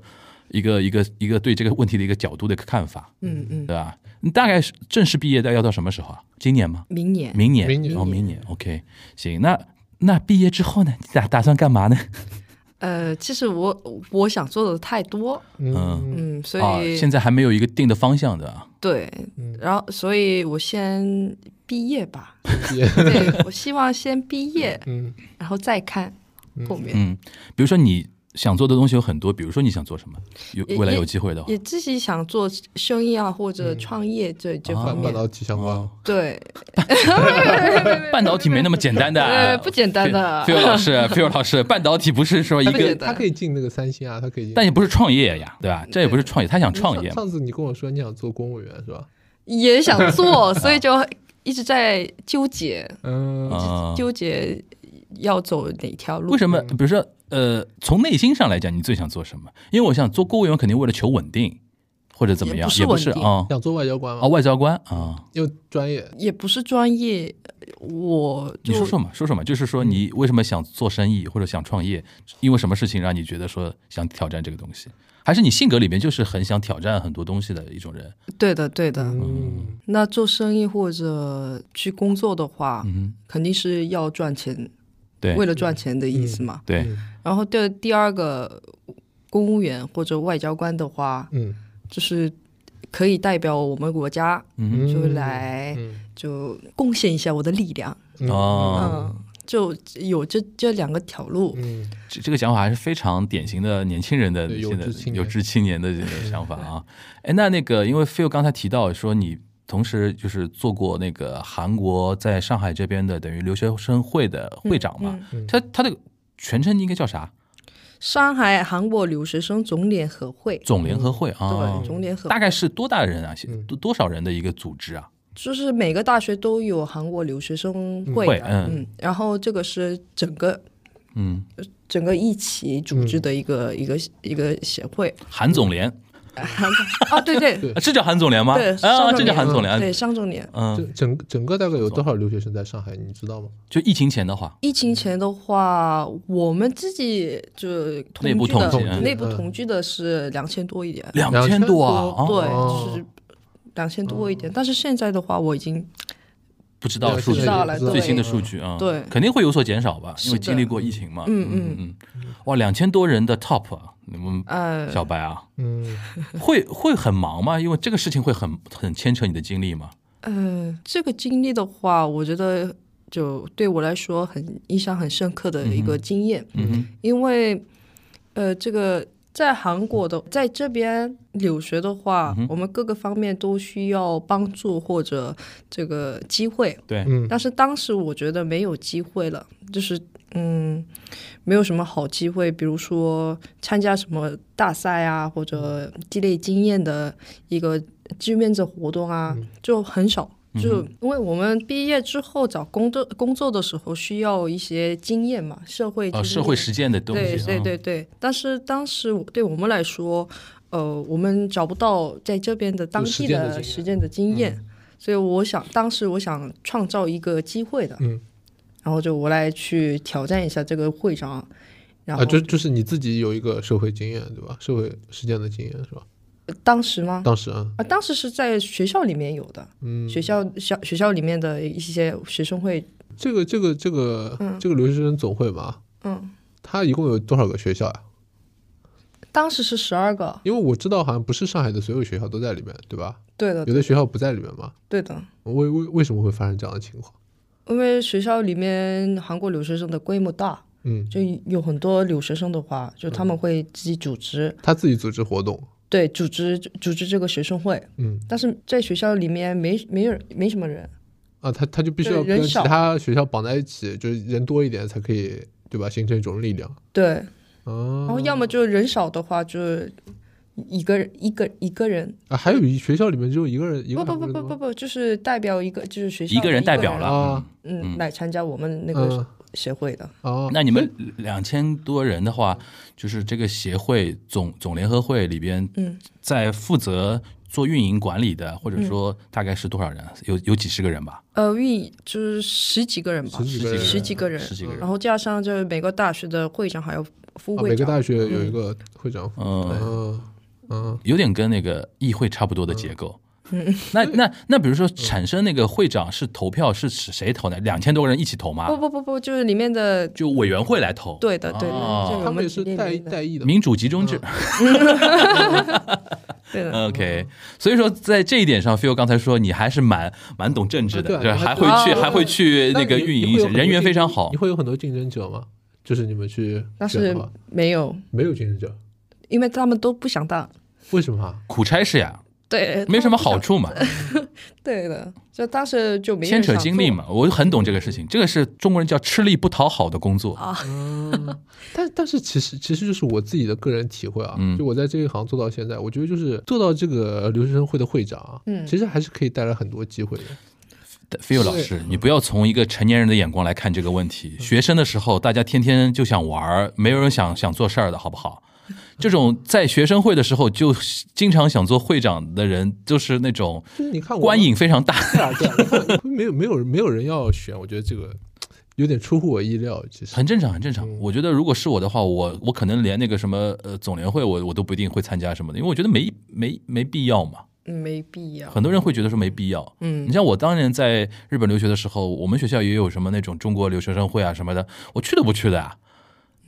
Speaker 5: 一个一个一个对这个问题的一个角度的一个看法，
Speaker 7: 嗯嗯，
Speaker 5: 对吧？你大概是正式毕业大概要到什么时候啊？今年吗？
Speaker 7: 明年
Speaker 5: 明年，
Speaker 6: 明年
Speaker 5: 哦，明年，OK，行，那那毕业之后呢？你打打算干嘛呢？
Speaker 7: 呃，其实我我想做的太多，
Speaker 5: 嗯，
Speaker 7: 嗯，所
Speaker 5: 啊，
Speaker 7: 以
Speaker 5: 现在还没有一个定的方向的啊，
Speaker 7: 对，然后所以我先毕业吧，
Speaker 6: 也
Speaker 7: 对我希望先毕业，
Speaker 6: 嗯
Speaker 7: 然后再看后面。
Speaker 5: 嗯，比如说你想做的东西有很多，比如说你想做什么？有
Speaker 7: 也
Speaker 5: 未来
Speaker 7: 也
Speaker 5: 有机会的话
Speaker 7: 也，自己想做生意啊，或者创业这、这
Speaker 5: 啊
Speaker 7: 方
Speaker 6: 半半
Speaker 7: 面，
Speaker 6: 导体相关
Speaker 5: 哦，
Speaker 7: 对，
Speaker 5: 半导体没 <laughs> 那么简单的啊，
Speaker 7: 呃，不简单的
Speaker 5: 菲，菲尔老师，菲尔老师，半导体不是说一
Speaker 6: 他可以
Speaker 5: 个，
Speaker 7: 的
Speaker 6: 他可以进那个三星啊，他可以进。
Speaker 5: 但也不是创业呀，对吧？这也不是创业，他想创业嘛，
Speaker 6: 上上次你跟我说你想做公务员是吧？
Speaker 7: 也想
Speaker 5: <laughs>
Speaker 7: 做，所以就一直在纠结，
Speaker 6: 嗯
Speaker 5: 啊，
Speaker 7: 纠结要走哪条路。
Speaker 5: 为什么？比如说，呃，从内心上来讲，你最想做什么？因为我想做公务员，肯定为了求稳定，或者怎么样，也
Speaker 7: 也
Speaker 5: 不
Speaker 7: 不
Speaker 5: 是
Speaker 7: 是稳定
Speaker 5: 啊
Speaker 6: 想做外交官吗
Speaker 5: 啊，？外交官啊，
Speaker 6: 又专业，
Speaker 7: 也不是专业，我
Speaker 5: 你
Speaker 7: 就
Speaker 5: 说说嘛，说说嘛，就是说你为什么想做生意或者想创业？因为什么事情让你觉得说想挑战这个东西？还是你性格里面就是很想挑战很多东西的一种人？
Speaker 7: 对的，对的。
Speaker 6: 嗯，
Speaker 7: 那做生意或者去工作的话，
Speaker 5: 嗯，
Speaker 7: 肯定是要赚钱，
Speaker 5: 对嗯
Speaker 7: 为了赚钱的意思嘛。
Speaker 6: 嗯
Speaker 5: 对，
Speaker 7: 然后第第二个，公务员或者外交官的话，
Speaker 6: 嗯，
Speaker 7: 就是可以代表我们国家，
Speaker 5: 嗯
Speaker 7: 就来
Speaker 6: 嗯
Speaker 7: 就贡献一下我的力量，
Speaker 5: 哦，
Speaker 7: 嗯，就有这这两个条路，
Speaker 6: 嗯，
Speaker 5: 这这个想法还是非常典型的年轻人的
Speaker 6: 对有
Speaker 5: 现在
Speaker 6: 志青年
Speaker 5: 有志青年的这个想法啊。哎，那那个，因为 Phil 刚才提到说你同时就是做过那个韩国在上海这边的等于留学生会的会长嘛，他他的全称应该叫啥？
Speaker 7: 上海韩国留学生总联合会，
Speaker 5: 总联合会啊
Speaker 7: 嗯对，，总联合
Speaker 5: 大概是多大人啊？多多少人的一个组织啊？
Speaker 7: 就是每个大学都有韩国留学生
Speaker 5: 会
Speaker 7: 会的，
Speaker 5: 嗯
Speaker 7: 嗯，然后这个是整个
Speaker 5: 嗯， <laughs>
Speaker 7: 整个一起组织的一个、一个一个协会，
Speaker 5: 韩总联
Speaker 7: 啊，对对
Speaker 6: 对
Speaker 5: 啊这叫韩总联吗？
Speaker 7: 对，
Speaker 5: 啊，
Speaker 7: 上周
Speaker 5: 这叫
Speaker 7: 年
Speaker 5: 韩总联。
Speaker 7: 对，上周年。
Speaker 5: 嗯，
Speaker 6: 整整整个大概有多少留学生在上海，你知道吗？
Speaker 5: 就疫情前的话，
Speaker 7: 疫情前的话，我们自己就同
Speaker 5: 内部
Speaker 7: 居的
Speaker 5: 统
Speaker 6: 计嗯
Speaker 7: 内部同居的是两千多一点，
Speaker 5: 两
Speaker 6: 千
Speaker 5: 多
Speaker 6: 多
Speaker 5: 啊，啊
Speaker 7: 对，
Speaker 6: 哦
Speaker 7: 就是两千多一点。但是现在的话，我已经
Speaker 5: 不知道
Speaker 6: 对
Speaker 5: 数据
Speaker 7: 知道了
Speaker 5: 最新的
Speaker 7: 对
Speaker 5: 数据啊，
Speaker 7: 对
Speaker 5: 肯定会有所减少吧，因为
Speaker 7: 是的
Speaker 5: 经历过疫情嘛。
Speaker 7: 嗯
Speaker 5: 嗯嗯，哇，两千多人的 top，啊你们
Speaker 7: 呃
Speaker 5: 小白啊，
Speaker 6: 嗯，
Speaker 5: 会会很忙吗？因为这个事情会很很牵扯你的精力吗？
Speaker 7: 呃，这个经历的话，我觉得就对我来说很印象很深刻的一个经验，
Speaker 5: 嗯
Speaker 7: 因为呃，这个在韩国的在这边留学的话，
Speaker 5: 嗯
Speaker 7: 我们各个方面都需要帮助或者这个机会。
Speaker 5: 对，
Speaker 6: 嗯
Speaker 7: 但是当时我觉得没有机会了，就是嗯，没有什么好机会，比如说参加什么大赛啊，或
Speaker 5: 嗯
Speaker 7: 者积累经验的一个志愿者活动啊，
Speaker 5: 嗯
Speaker 7: 就很少。就因为我们毕业之后找工作工作的时候需要一些经验嘛，社会经
Speaker 5: 呃，
Speaker 7: 验、
Speaker 5: 社会实践的东西，
Speaker 7: 对
Speaker 6: 啊
Speaker 7: 对
Speaker 5: 嗯，
Speaker 7: 对对，但是当时我对我们来说，呃，我们找不到在这边的当
Speaker 6: 实
Speaker 7: 地
Speaker 6: 践的经
Speaker 7: 的
Speaker 6: 验嗯
Speaker 7: 实践的经验，所以我想当时我想创造一个机会的，
Speaker 6: 嗯，
Speaker 7: 然后就我来去挑战一下这个会长，然后、
Speaker 6: 啊，就就是你自己有一个社会经验对吧？社会实践的经验是吧？
Speaker 7: 当时吗？
Speaker 6: 当时啊，
Speaker 7: 啊，当时是在学校里面有的，
Speaker 6: 嗯，
Speaker 7: 学校校学校里面的一些学生会，
Speaker 6: 这个这个这个、
Speaker 7: 嗯
Speaker 6: 这个留学生总会嘛，
Speaker 7: 嗯，
Speaker 6: 它一共有多少个学校呀、
Speaker 7: 当时是十二个，
Speaker 6: 因为我知道好像不是上海的所有学校都在里面，对吧？
Speaker 7: 对的
Speaker 6: 有，的学校不在里面嘛？
Speaker 7: 对的，
Speaker 6: 为为为什么会发生这样的情况？
Speaker 7: 因为学校里面韩国留学生的规模大，
Speaker 6: 嗯，
Speaker 7: 就有很多留学生的话，就他们会自己组织，
Speaker 6: 他自己组织活动，
Speaker 7: 对，组织组织这个学生会，
Speaker 6: 嗯
Speaker 7: 但是在学校里面没没有没什么人，
Speaker 6: 啊，他他就必须要
Speaker 7: 对人
Speaker 6: 跟其
Speaker 7: 少
Speaker 6: 他学校绑在一起，就是人多一点才可以，对吧？形成一种力量。
Speaker 7: 对，
Speaker 6: 啊
Speaker 7: 然后要么就人少的话，就是一个人一个一个人，
Speaker 6: 啊，还有一学校里面只有一个人，一个
Speaker 7: 不
Speaker 6: 男
Speaker 7: 不不
Speaker 6: 生
Speaker 7: 不
Speaker 6: 的
Speaker 7: 不
Speaker 6: 吗
Speaker 7: 不，就是代表一个就是学校
Speaker 5: 一个人
Speaker 7: 的
Speaker 5: 代表了。
Speaker 7: 人
Speaker 6: 啊
Speaker 5: 嗯
Speaker 7: 嗯，来参加我们那
Speaker 6: 嗯
Speaker 7: 个协会的，
Speaker 6: 啊，
Speaker 5: 那你们两千多人的话，就是这个协会总总联合会里边，
Speaker 7: 嗯，
Speaker 5: 在负责做运营管理的，或者说大概是多少人？
Speaker 6: 嗯
Speaker 5: 有有几十个人吧，
Speaker 7: 呃，运就是十几个人吧，
Speaker 6: 十几个人
Speaker 7: 十几个人，
Speaker 5: 十几个人
Speaker 7: 然。后加上就是每个大学的会长还有副
Speaker 6: 啊
Speaker 7: 会
Speaker 6: 每个
Speaker 7: 长，
Speaker 6: 大学有一个会长，
Speaker 5: 嗯，
Speaker 6: 嗯嗯
Speaker 5: 有点跟那个议会差不多的结构。那那那，比如说产生那个会长是投票是谁投的？两千多个人一起投吗
Speaker 7: 不？不不不，就是里面的
Speaker 5: 就委员会来投？
Speaker 7: 对的，对的，
Speaker 5: 哦
Speaker 7: 这个
Speaker 6: 他们
Speaker 7: 我们
Speaker 6: 也是
Speaker 7: 体力
Speaker 6: 代
Speaker 7: 里面的
Speaker 6: 代议的嘛，
Speaker 5: 民主集中制。嗯
Speaker 7: 对的，
Speaker 5: <laughs>
Speaker 6: 嗯
Speaker 5: OK，所以说在这一点上，Phil 刚才说你还是蛮蛮懂政治的，
Speaker 6: 啊
Speaker 5: 就
Speaker 6: 对啊
Speaker 5: 是
Speaker 6: 你
Speaker 5: 还
Speaker 6: 还
Speaker 5: 会去
Speaker 7: 啊
Speaker 5: 还会去那个
Speaker 6: 你
Speaker 5: 运营
Speaker 6: 你
Speaker 5: 一下，
Speaker 6: 会有很多
Speaker 5: 人缘
Speaker 6: 竞
Speaker 5: 非常
Speaker 6: 争
Speaker 5: 好
Speaker 6: 你。会有很多竞争者吗？就是你们去
Speaker 7: 但
Speaker 6: 选
Speaker 7: 是
Speaker 6: 的话，
Speaker 7: 没有，
Speaker 6: 没有竞争者，
Speaker 7: 因为他们都不想当，
Speaker 6: 为什么啊？
Speaker 5: 苦差事呀，
Speaker 7: 对，
Speaker 5: 没什么好
Speaker 7: 他们
Speaker 5: 处嘛，
Speaker 7: 不想。对的，就当时就没人
Speaker 5: 牵扯
Speaker 7: 想
Speaker 5: 精力
Speaker 7: 做。
Speaker 5: 嘛，我很懂这个事情，这个是中国人叫吃力不讨好的工作。
Speaker 6: 但但是其实其实就是我自己的个人体会啊，
Speaker 5: 嗯
Speaker 6: 就我在这一行做到现在，我觉得就是做到这个呃留学生会的会长啊，
Speaker 7: 嗯
Speaker 6: 其实还是可以带来很多机会的。
Speaker 5: Phil 老师，你不要从一个成年人的眼光来看这个问题。学生的时候，大家天天就想玩儿，没有人想想做事儿的好不好？这种在学生会的时候就经常想做会长的人，就是那种
Speaker 6: 就是你看我
Speaker 5: 官瘾非常大。
Speaker 6: 对啊对啊，你看 <laughs> 没有没有没有人要选，我觉得这个有点出乎我意料，其实
Speaker 5: <laughs> 很正常，很正常。我觉得如果是我的话，我我可能连那个什么呃总联会我，我都不一定会参加什么的，因为我觉得没没没必要嘛。
Speaker 7: 嗯没必要。
Speaker 5: 很多人会觉得说没必要。
Speaker 7: 嗯
Speaker 5: 你像我当年在日本留学的时候，我们学校也有什么那种中国留学生会啊什么的，我去都不去的啊。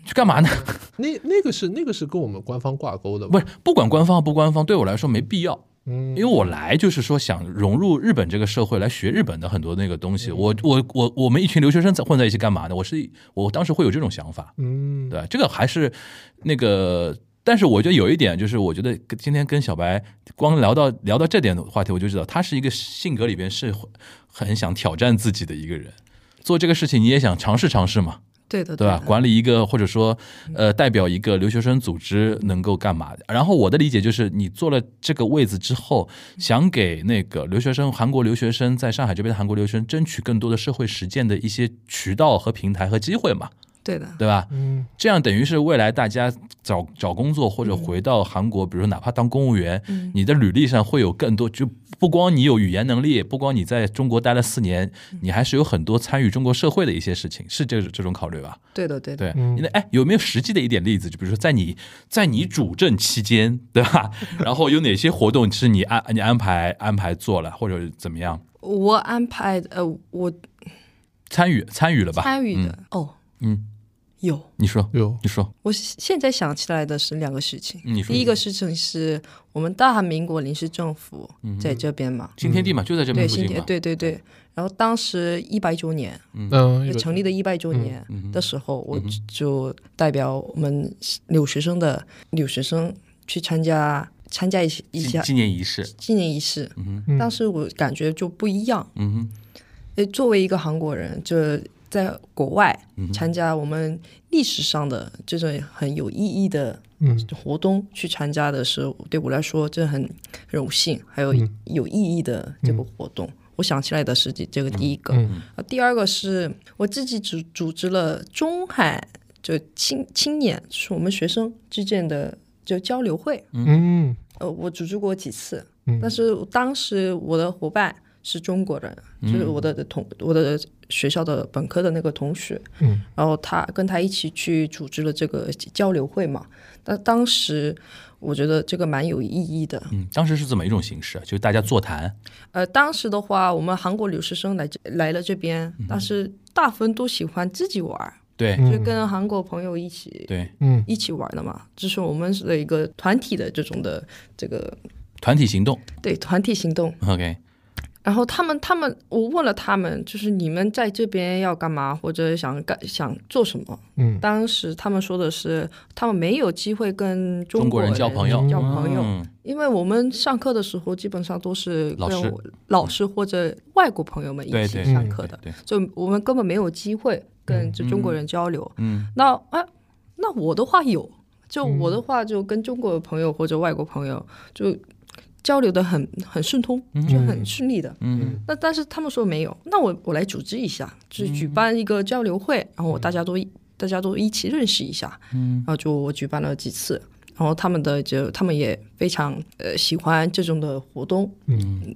Speaker 5: 去干嘛呢？ <laughs>
Speaker 6: 那那个是那个是跟我们官方挂钩的嘛，
Speaker 5: 不是，不管官方不官方，对我来说没必要。
Speaker 6: 嗯
Speaker 5: 因为我来就是说想融入日本这个社会，来学日本的很多那个东西。我我我我们一群留学生在混在一起干嘛呢？我是我当时会有这种想法。
Speaker 6: 嗯，
Speaker 5: 对吧，这个还是那个，但是我觉得有一点就是，我觉得跟今天跟小白光聊到聊到这点的话题，我就知道他是一个性格里边是很很想挑战自己的一个人。做这个事情你也想尝试尝试嘛，
Speaker 7: 对的，
Speaker 5: 对吧？
Speaker 7: 的
Speaker 5: 管理一个或者说呃代表一个留学生组织能够干嘛？然后我的理解就是，你做了这个位子之后，想给那个留学生、韩国留学生在上海这边的韩国留学生争取更多的社会实践的一些渠道和平台和机会嘛。
Speaker 7: 对的，
Speaker 5: 对吧？
Speaker 6: 嗯，
Speaker 5: 这样等于是未来大家找找工作或者回到韩国，比如说哪怕当公务员，
Speaker 7: 嗯
Speaker 5: 你的履历上会有更多，就不光你有语言能力，不光你在中国待了四年，
Speaker 7: 嗯
Speaker 5: 你还是有很多参与中国社会的一些事情，是这这种考虑吧？
Speaker 7: 对的，对的。
Speaker 5: 对，那哎，有没有实际的一点例子？就比如说在你在你主政期间，对
Speaker 7: <laughs>
Speaker 5: 吧？然后有哪些活动是你安你安排安排做了，或者怎么样
Speaker 7: 我安排的呃，我
Speaker 5: 参与参与了吧？
Speaker 7: 参与的、嗯
Speaker 5: 嗯，
Speaker 7: 哦，
Speaker 5: 嗯，
Speaker 7: 有。
Speaker 5: 你说，
Speaker 6: 有
Speaker 5: 你说，
Speaker 7: 我现在想起来的是两个事情，
Speaker 5: 嗯你说
Speaker 7: 第一个事情是我们大韩民国临时政府
Speaker 5: 嗯
Speaker 7: 在这边嘛，
Speaker 5: 新天地嘛，就在这边
Speaker 7: 对
Speaker 5: 附
Speaker 7: 新
Speaker 5: 近嘛嗯
Speaker 7: 天，对对对，然后当时一百周年，
Speaker 6: 嗯，有
Speaker 7: 就成立的一百周年的时候，我就代表我们留学生的留学生去参加参加一些一
Speaker 5: 纪
Speaker 7: 下
Speaker 5: 纪念仪式，
Speaker 7: 纪念仪式。当时我感觉就不一样，
Speaker 5: 嗯哼。
Speaker 7: 诶，作为一个韩国人，就在国外
Speaker 5: 嗯
Speaker 7: 参加我们历史上的这种很有意义的活动去参加的时候，对我来说这很荣幸，还有有意义的这个活动。我想起来的是这这个第一个，啊，第二个是我自己组组织了中韩就青青年，是我们学生之间的就交流会，
Speaker 6: 嗯
Speaker 7: 呃，我组织过几次，但是当时我的伙伴是中国人，就是我的同我的学校的本科的那个同学，
Speaker 6: 嗯，
Speaker 7: 然后他跟他一起去组织了这个交流会嘛。那当时我觉得这个蛮有意义的。
Speaker 5: 嗯，当时是怎么一种形式啊？就是大家座谈，
Speaker 7: 呃，当时的话，我们韩国留学生来这来了这边，但是大部分都喜欢自己玩儿，
Speaker 5: 对、
Speaker 7: 就跟韩国朋友一起
Speaker 5: 对，
Speaker 6: 嗯
Speaker 7: 一起玩的嘛，这是我们的一个团体的这种的这个
Speaker 5: 团体行动。
Speaker 7: 对团体行动。
Speaker 5: OK，
Speaker 7: 然后他们他们，我问了他们，就是你们在这边要干嘛，或者想干想做什么？
Speaker 6: 嗯
Speaker 7: 当时他们说的是，他们没有机会跟中
Speaker 5: 中国人
Speaker 7: 人
Speaker 5: 交朋友，
Speaker 7: 交朋友，
Speaker 5: 嗯
Speaker 7: 因为我们上课的时候基本上都是
Speaker 5: 老
Speaker 7: 跟
Speaker 5: 师
Speaker 7: 我老师或者外国朋友们
Speaker 5: 对
Speaker 7: 一
Speaker 5: 对
Speaker 7: 起
Speaker 5: 对
Speaker 7: 上课的，
Speaker 5: 对，对
Speaker 7: 就我们根本没有机会跟这中国人交流。
Speaker 5: 嗯
Speaker 7: 那哎，那我的话有，就我的话就跟中国朋友或者外国朋友就交流的很很顺通，就很顺利的。
Speaker 5: 嗯
Speaker 7: 那但是他们说没有，那我我来组织一下，就是举办一个交流会，然
Speaker 5: 嗯
Speaker 7: 后我大家都一大家都一起认识一下，嗯，然后就我举办了几次，然后他们的就他们也非常呃喜欢这种的活动，
Speaker 5: 嗯，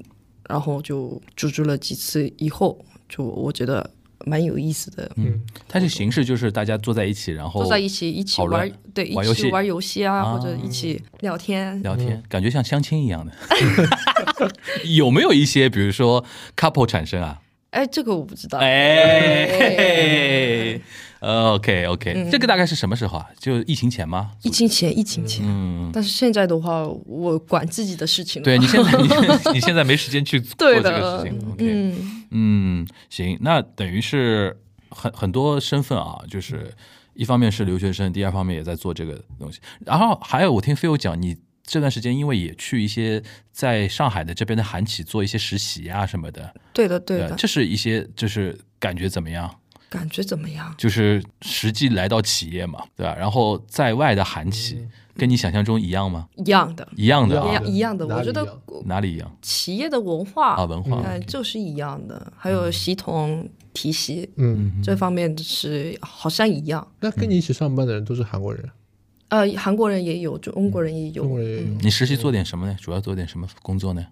Speaker 7: 然后就组织了几次以后，就我觉得蛮有意思的，
Speaker 5: 嗯它这形式就是大家坐在一起，然后
Speaker 7: 都在一起一起
Speaker 5: 讨论
Speaker 7: 玩，对，
Speaker 5: 哦玩
Speaker 7: 一
Speaker 5: 游
Speaker 7: 起
Speaker 5: 戏
Speaker 7: 玩游戏啊，
Speaker 5: 啊嗯
Speaker 7: 或者一起聊天，
Speaker 5: 聊天，感觉像相亲一样的。 <laughs> 有没有一些，比如说 couple 产生啊？
Speaker 7: 哎，这个我不知道，
Speaker 5: 哎嘿 <laughs> 嘿，OK
Speaker 7: 嗯
Speaker 5: OK，这个大概是什么时候啊？就疫情前吗？
Speaker 7: 疫情前，疫情前。
Speaker 5: 嗯，
Speaker 7: 但是现在的话，我管自己的事 <laughs> 情了。
Speaker 5: 对你现在你你现在没时间去做
Speaker 7: 对
Speaker 5: 这
Speaker 7: 的
Speaker 5: 个事情。OK，
Speaker 7: 嗯，
Speaker 5: 嗯，行，那等于是很很多身份啊，就是一方面是留学生，第二方面也在做这个东西。然后还有，我听飞友讲，你这段时间因为也去一些在上海的这边的韩企做一些实习啊什么的，
Speaker 7: 对的，对
Speaker 5: 呃
Speaker 7: 的，
Speaker 5: 这是一些就是感觉怎么样？
Speaker 7: 感觉怎么样？
Speaker 5: 就是实际来到企业嘛，对吧？然后在外的韩企跟你想象中一样吗？
Speaker 7: 一样的，
Speaker 5: 一样的
Speaker 7: 嗯一
Speaker 5: 啊，
Speaker 7: 样一样的。
Speaker 6: 哪里
Speaker 7: 我觉
Speaker 6: 一样
Speaker 7: 得
Speaker 5: 哪里一样
Speaker 7: 企业的文化
Speaker 5: 啊？，文化嗯
Speaker 7: 嗯，就是一样的。还有系统体系
Speaker 6: 嗯，
Speaker 7: 这方面是好像一样。
Speaker 6: 那跟你一起上班的人都是韩国人，
Speaker 7: 呃，韩国人也有，
Speaker 5: 嗯
Speaker 7: 中国人也
Speaker 6: 中国
Speaker 7: 有。
Speaker 6: 人也有。
Speaker 5: 你实习做点什么呢？主要做点什么工作呢？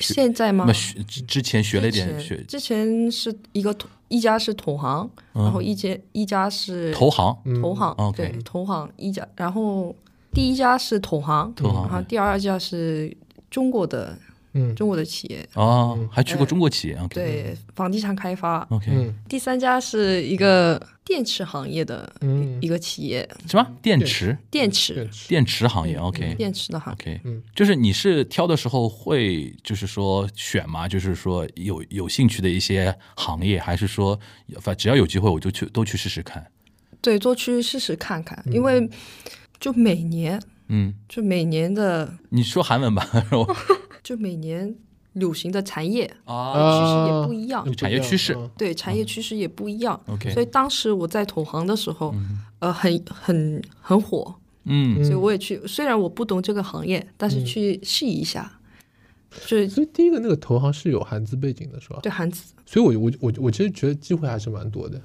Speaker 7: 现在吗
Speaker 5: 那？学之之前学了一点
Speaker 7: 之前
Speaker 5: 学
Speaker 7: 之前是一个同一家是投行，然后一家一家
Speaker 5: 嗯
Speaker 7: 是
Speaker 5: 投行，
Speaker 6: 嗯
Speaker 5: 哦
Speaker 7: 投行，
Speaker 5: OK
Speaker 7: 对投行一家，然后第一家是投行，
Speaker 5: 投行
Speaker 7: 然后第二家是中国的
Speaker 6: 嗯
Speaker 7: 中国的企业，
Speaker 5: 哦，还去过中国企业啊？
Speaker 7: 嗯对房地产开发，
Speaker 5: ，OK，
Speaker 7: 第三家是一个电池行业的
Speaker 6: 嗯
Speaker 7: 一个企业，
Speaker 5: 什么电池？
Speaker 7: 电池
Speaker 6: 电池
Speaker 5: 电池行业，OK。
Speaker 7: 嗯电池的行业。
Speaker 5: OK，就是你是挑的时候会就是说选吗？就是说有有兴趣的一些行业，还是说反只要有机会我就去都去试试看？
Speaker 7: 对，多去试试看看，因为就每年
Speaker 5: 嗯，
Speaker 7: 就每年的
Speaker 5: 你说韩文吧，让我
Speaker 7: 就每年流行的产业
Speaker 5: 啊
Speaker 7: 趋势
Speaker 6: 啊
Speaker 7: 也不一样，
Speaker 5: 产业趋势
Speaker 6: 嗯
Speaker 7: 对产业趋势也不一样。
Speaker 5: OK
Speaker 7: 所以当时我在投行的时候，呃，很很很火，
Speaker 5: 嗯，
Speaker 7: 所以我也去。虽然我不懂这个行业，但是去试一下，就是
Speaker 6: 所以第一个那个投行是有韩资背景的，是吧？
Speaker 7: 对韩资
Speaker 6: 所以我我我我其实觉得机会还是蛮多的，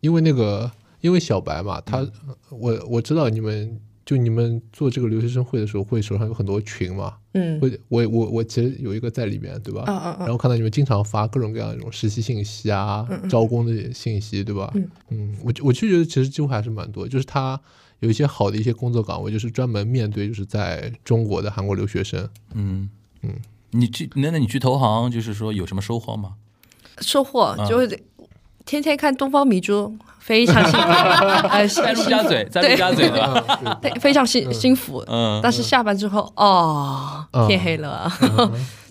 Speaker 6: 因为那个因为小白嘛，他、
Speaker 7: 嗯
Speaker 6: 我我知道你们就你们做这个留学生会的时候，会手上有很多群嘛，
Speaker 7: 嗯，
Speaker 6: 会我我我其实有一个在里面，对吧？
Speaker 7: 嗯嗯
Speaker 6: 然
Speaker 7: 嗯，
Speaker 6: 后看到你们经常发各种各样的这种实习信息啊、招工的信息，对吧？
Speaker 7: 嗯
Speaker 6: 我就我就觉得其实几乎还是蛮多，就是他有一些好的一些工作岗位，就是专门面对就是在中国的韩国留学生。
Speaker 5: 嗯嗯，你去那那你去投行，就是说有什么收获
Speaker 7: <laughs>
Speaker 5: 吗？
Speaker 7: 收获
Speaker 5: 嗯
Speaker 7: 就是天天看《东方明珠》，非常幸
Speaker 5: <laughs>
Speaker 7: 福，
Speaker 5: 在
Speaker 7: 哎，幸
Speaker 5: 陆家嘴，在陆家嘴
Speaker 7: <laughs>
Speaker 5: 对吧？
Speaker 7: 对，非常幸幸福。
Speaker 5: 嗯，嗯
Speaker 7: 但是下班之后，哦，天黑了，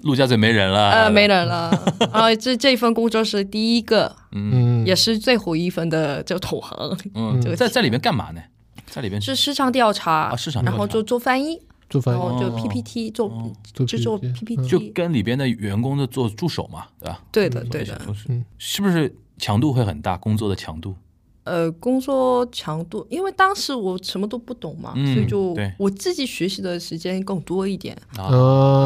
Speaker 5: 陆家嘴没人了，
Speaker 7: <laughs> 呃，没
Speaker 5: <laughs>
Speaker 7: 人了。然后这这份工作是第一个，
Speaker 6: 嗯，
Speaker 7: 也是最后一份的就投行，
Speaker 5: 嗯，在在里面干嘛呢？在里面
Speaker 7: 是市场调查
Speaker 5: 啊，市场调查
Speaker 7: 然后就做翻译，
Speaker 6: 做翻
Speaker 7: 然
Speaker 6: 译
Speaker 7: 后就
Speaker 5: 哦
Speaker 7: PPT 做
Speaker 6: 做
Speaker 7: 制作
Speaker 6: PPT
Speaker 7: PPT，
Speaker 5: 就
Speaker 6: 嗯
Speaker 5: 跟里边的员工的做助手嘛，对吧？
Speaker 7: 对的对的。
Speaker 5: 都是
Speaker 6: 嗯
Speaker 5: 是不是强度会很大？工作的强度，
Speaker 7: 呃，工作强度，因为当时我什么都不懂嘛，
Speaker 5: 嗯
Speaker 7: 所以就
Speaker 5: 对
Speaker 7: 我自己学习的时间更多一点。
Speaker 6: 啊，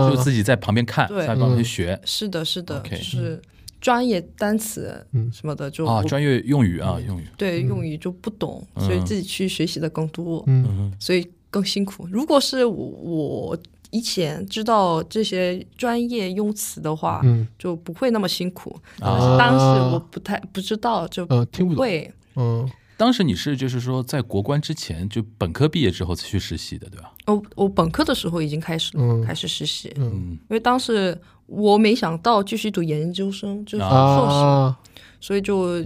Speaker 5: 就自己在旁边看，
Speaker 7: 对
Speaker 5: 在旁边学
Speaker 7: 是的，是的
Speaker 5: OK
Speaker 7: 就是专业单词
Speaker 6: 嗯
Speaker 7: 什么的就
Speaker 5: 啊，
Speaker 7: 我嗯
Speaker 5: 专业用语啊，用语。
Speaker 7: 对用语就不懂，
Speaker 5: 嗯
Speaker 7: 所以自己去学习的更多，
Speaker 6: 嗯
Speaker 7: 所以更辛苦。如果是我我以前知道这些专业用词的话，
Speaker 6: 嗯
Speaker 7: 就不会那么辛苦。
Speaker 5: 啊
Speaker 7: 但是当时我不太不知道，就
Speaker 6: 嗯，听不懂，
Speaker 7: 会。
Speaker 6: 嗯
Speaker 5: 当时你是就是说在国关之前，就本科毕业之后去实习的，对吧？
Speaker 7: 我我本科的时候已经开始、
Speaker 6: 嗯
Speaker 7: 开始实习，
Speaker 5: 嗯
Speaker 7: 因为当时我没想到继续读研究生，就是硕士，
Speaker 6: 啊，
Speaker 7: 所以就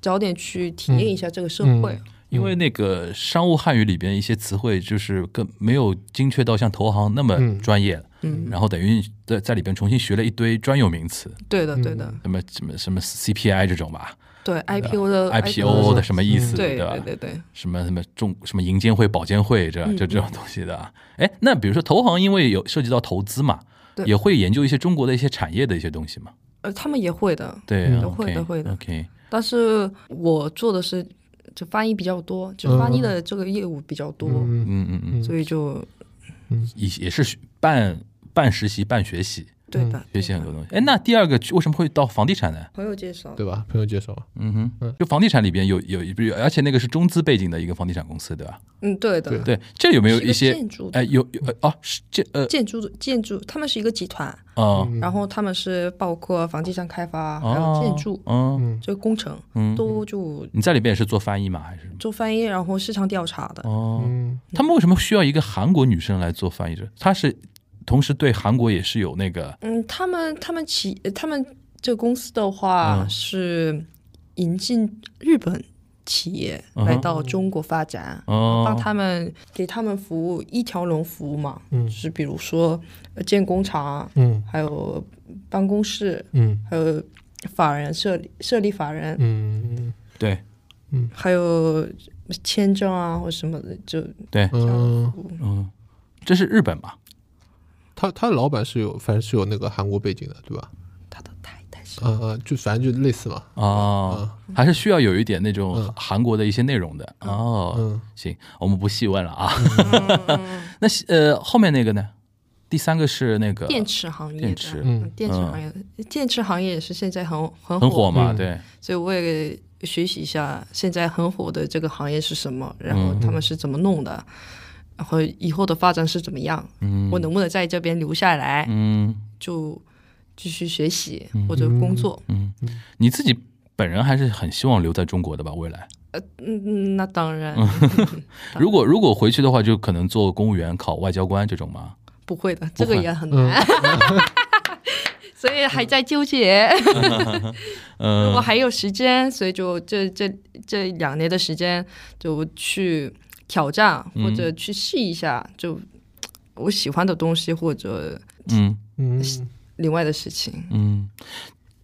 Speaker 7: 早点去体验一下这个社会。
Speaker 5: 因为那个商务汉语里边一些词汇就是更没有精确到像投行那么
Speaker 6: 嗯
Speaker 5: 专业，
Speaker 7: 嗯
Speaker 5: 然后等于在在里边重新学了一堆专有名词，
Speaker 7: 对的，对的，
Speaker 5: 什么什么什么 CPI 这种吧
Speaker 7: 对 IPO 的
Speaker 5: ，IPO 的什么意思，
Speaker 7: 嗯对
Speaker 5: 吧
Speaker 7: 对？嗯对对，
Speaker 5: 什么什么中什么银监会、保监会，这就这种东西的啊。哎，那比如说投行，因为有涉及到投资嘛，
Speaker 7: 对
Speaker 5: 也会研究一些中国的一些产业的一些东西嘛。
Speaker 7: 呃，他们也会的，
Speaker 5: 对，啊
Speaker 7: 嗯
Speaker 5: OK，
Speaker 7: 会的会的
Speaker 5: OK，
Speaker 7: 但是我做的是就翻译比较多，就翻译的这个业务比较多，
Speaker 6: 嗯
Speaker 5: 嗯嗯嗯，
Speaker 7: 所以就
Speaker 5: 也也是学半半实习半学习，
Speaker 7: 对的，
Speaker 5: 学习很多东西。哎，那第二个为什么会到房地产呢？
Speaker 7: 朋友介绍，
Speaker 6: 对吧？朋友介绍，啊
Speaker 5: 嗯哼，就房地产里边有有一，而且那个是中资背景的一个房地产公司，对吧？
Speaker 7: 嗯，对的，
Speaker 5: 对，这有没有
Speaker 7: 是一个
Speaker 5: 一些
Speaker 7: 建筑的
Speaker 5: 哎有有呃哦是这呃
Speaker 7: 建筑建筑，他们是一个集团，
Speaker 5: 啊
Speaker 6: 嗯
Speaker 7: 然后他们是包括房地产开发，还有建筑，
Speaker 5: 嗯
Speaker 7: 这个工程
Speaker 5: 哦嗯，
Speaker 7: 都就
Speaker 5: 你在里边也是做翻译吗？还是
Speaker 7: 做翻译，然后市场调查的。
Speaker 5: 哦？
Speaker 6: 嗯
Speaker 5: 他们为什么需要一个韩国女生来做翻译者？她是同时对韩国也是有那个
Speaker 7: 嗯，他们他们企呃他们这个公司的话
Speaker 5: 嗯
Speaker 7: 是引进日本企业
Speaker 5: 嗯哼
Speaker 7: 来到中国发展，
Speaker 5: 哦
Speaker 7: 帮他们给他们服务一条龙服务嘛，
Speaker 6: 嗯
Speaker 7: 就是比如说呃建工厂，
Speaker 6: 嗯
Speaker 7: 还有办公室，
Speaker 6: 嗯
Speaker 7: 还有法人设立设立法人，
Speaker 6: 嗯
Speaker 5: 对
Speaker 7: 还有签证啊或什么的，就
Speaker 5: 对
Speaker 6: 嗯，
Speaker 5: 嗯，这是日本吧？
Speaker 6: 他他的老板是有，反正是有那个韩国背景的，对吧？
Speaker 7: 他的太太是
Speaker 6: 啊啊，就反正就类似嘛，
Speaker 5: 哦，还是需要有一点那种韩国的一些内容的哦。
Speaker 6: 嗯，
Speaker 5: 行，我们不细问了啊。 <laughs> 那呃，后面那个呢？第三个是那个
Speaker 7: 电池行业的，
Speaker 5: 电池
Speaker 7: 嗯，电池行业的，电池行业也是现在很很
Speaker 5: 很火嘛？
Speaker 6: 嗯
Speaker 5: 对，
Speaker 7: 所以我也学习一下现在很火的这个行业是什么，然后他们是怎么弄的，然后以后的发展是怎么样，
Speaker 5: 嗯
Speaker 7: 我能不能在这边留下来，
Speaker 5: 嗯
Speaker 7: 就继续学习或者工作。
Speaker 5: 嗯，你自己本人还是很希望留在中国的吧？未来
Speaker 7: 嗯嗯，那当 <laughs> 然
Speaker 5: 如果如果回去的话，就可能做公务员、考外交官这种吗？
Speaker 7: 不会的，
Speaker 5: 不
Speaker 7: 这
Speaker 5: 会
Speaker 7: 个也很难。 <laughs> 所以还在纠结， <laughs>
Speaker 5: 嗯、
Speaker 7: 我还有时间，所以就这这这两年的时间，就去挑战或者去试一下，就我喜欢的东西或者
Speaker 5: 嗯
Speaker 6: 嗯
Speaker 7: 另外的事情。
Speaker 5: 嗯，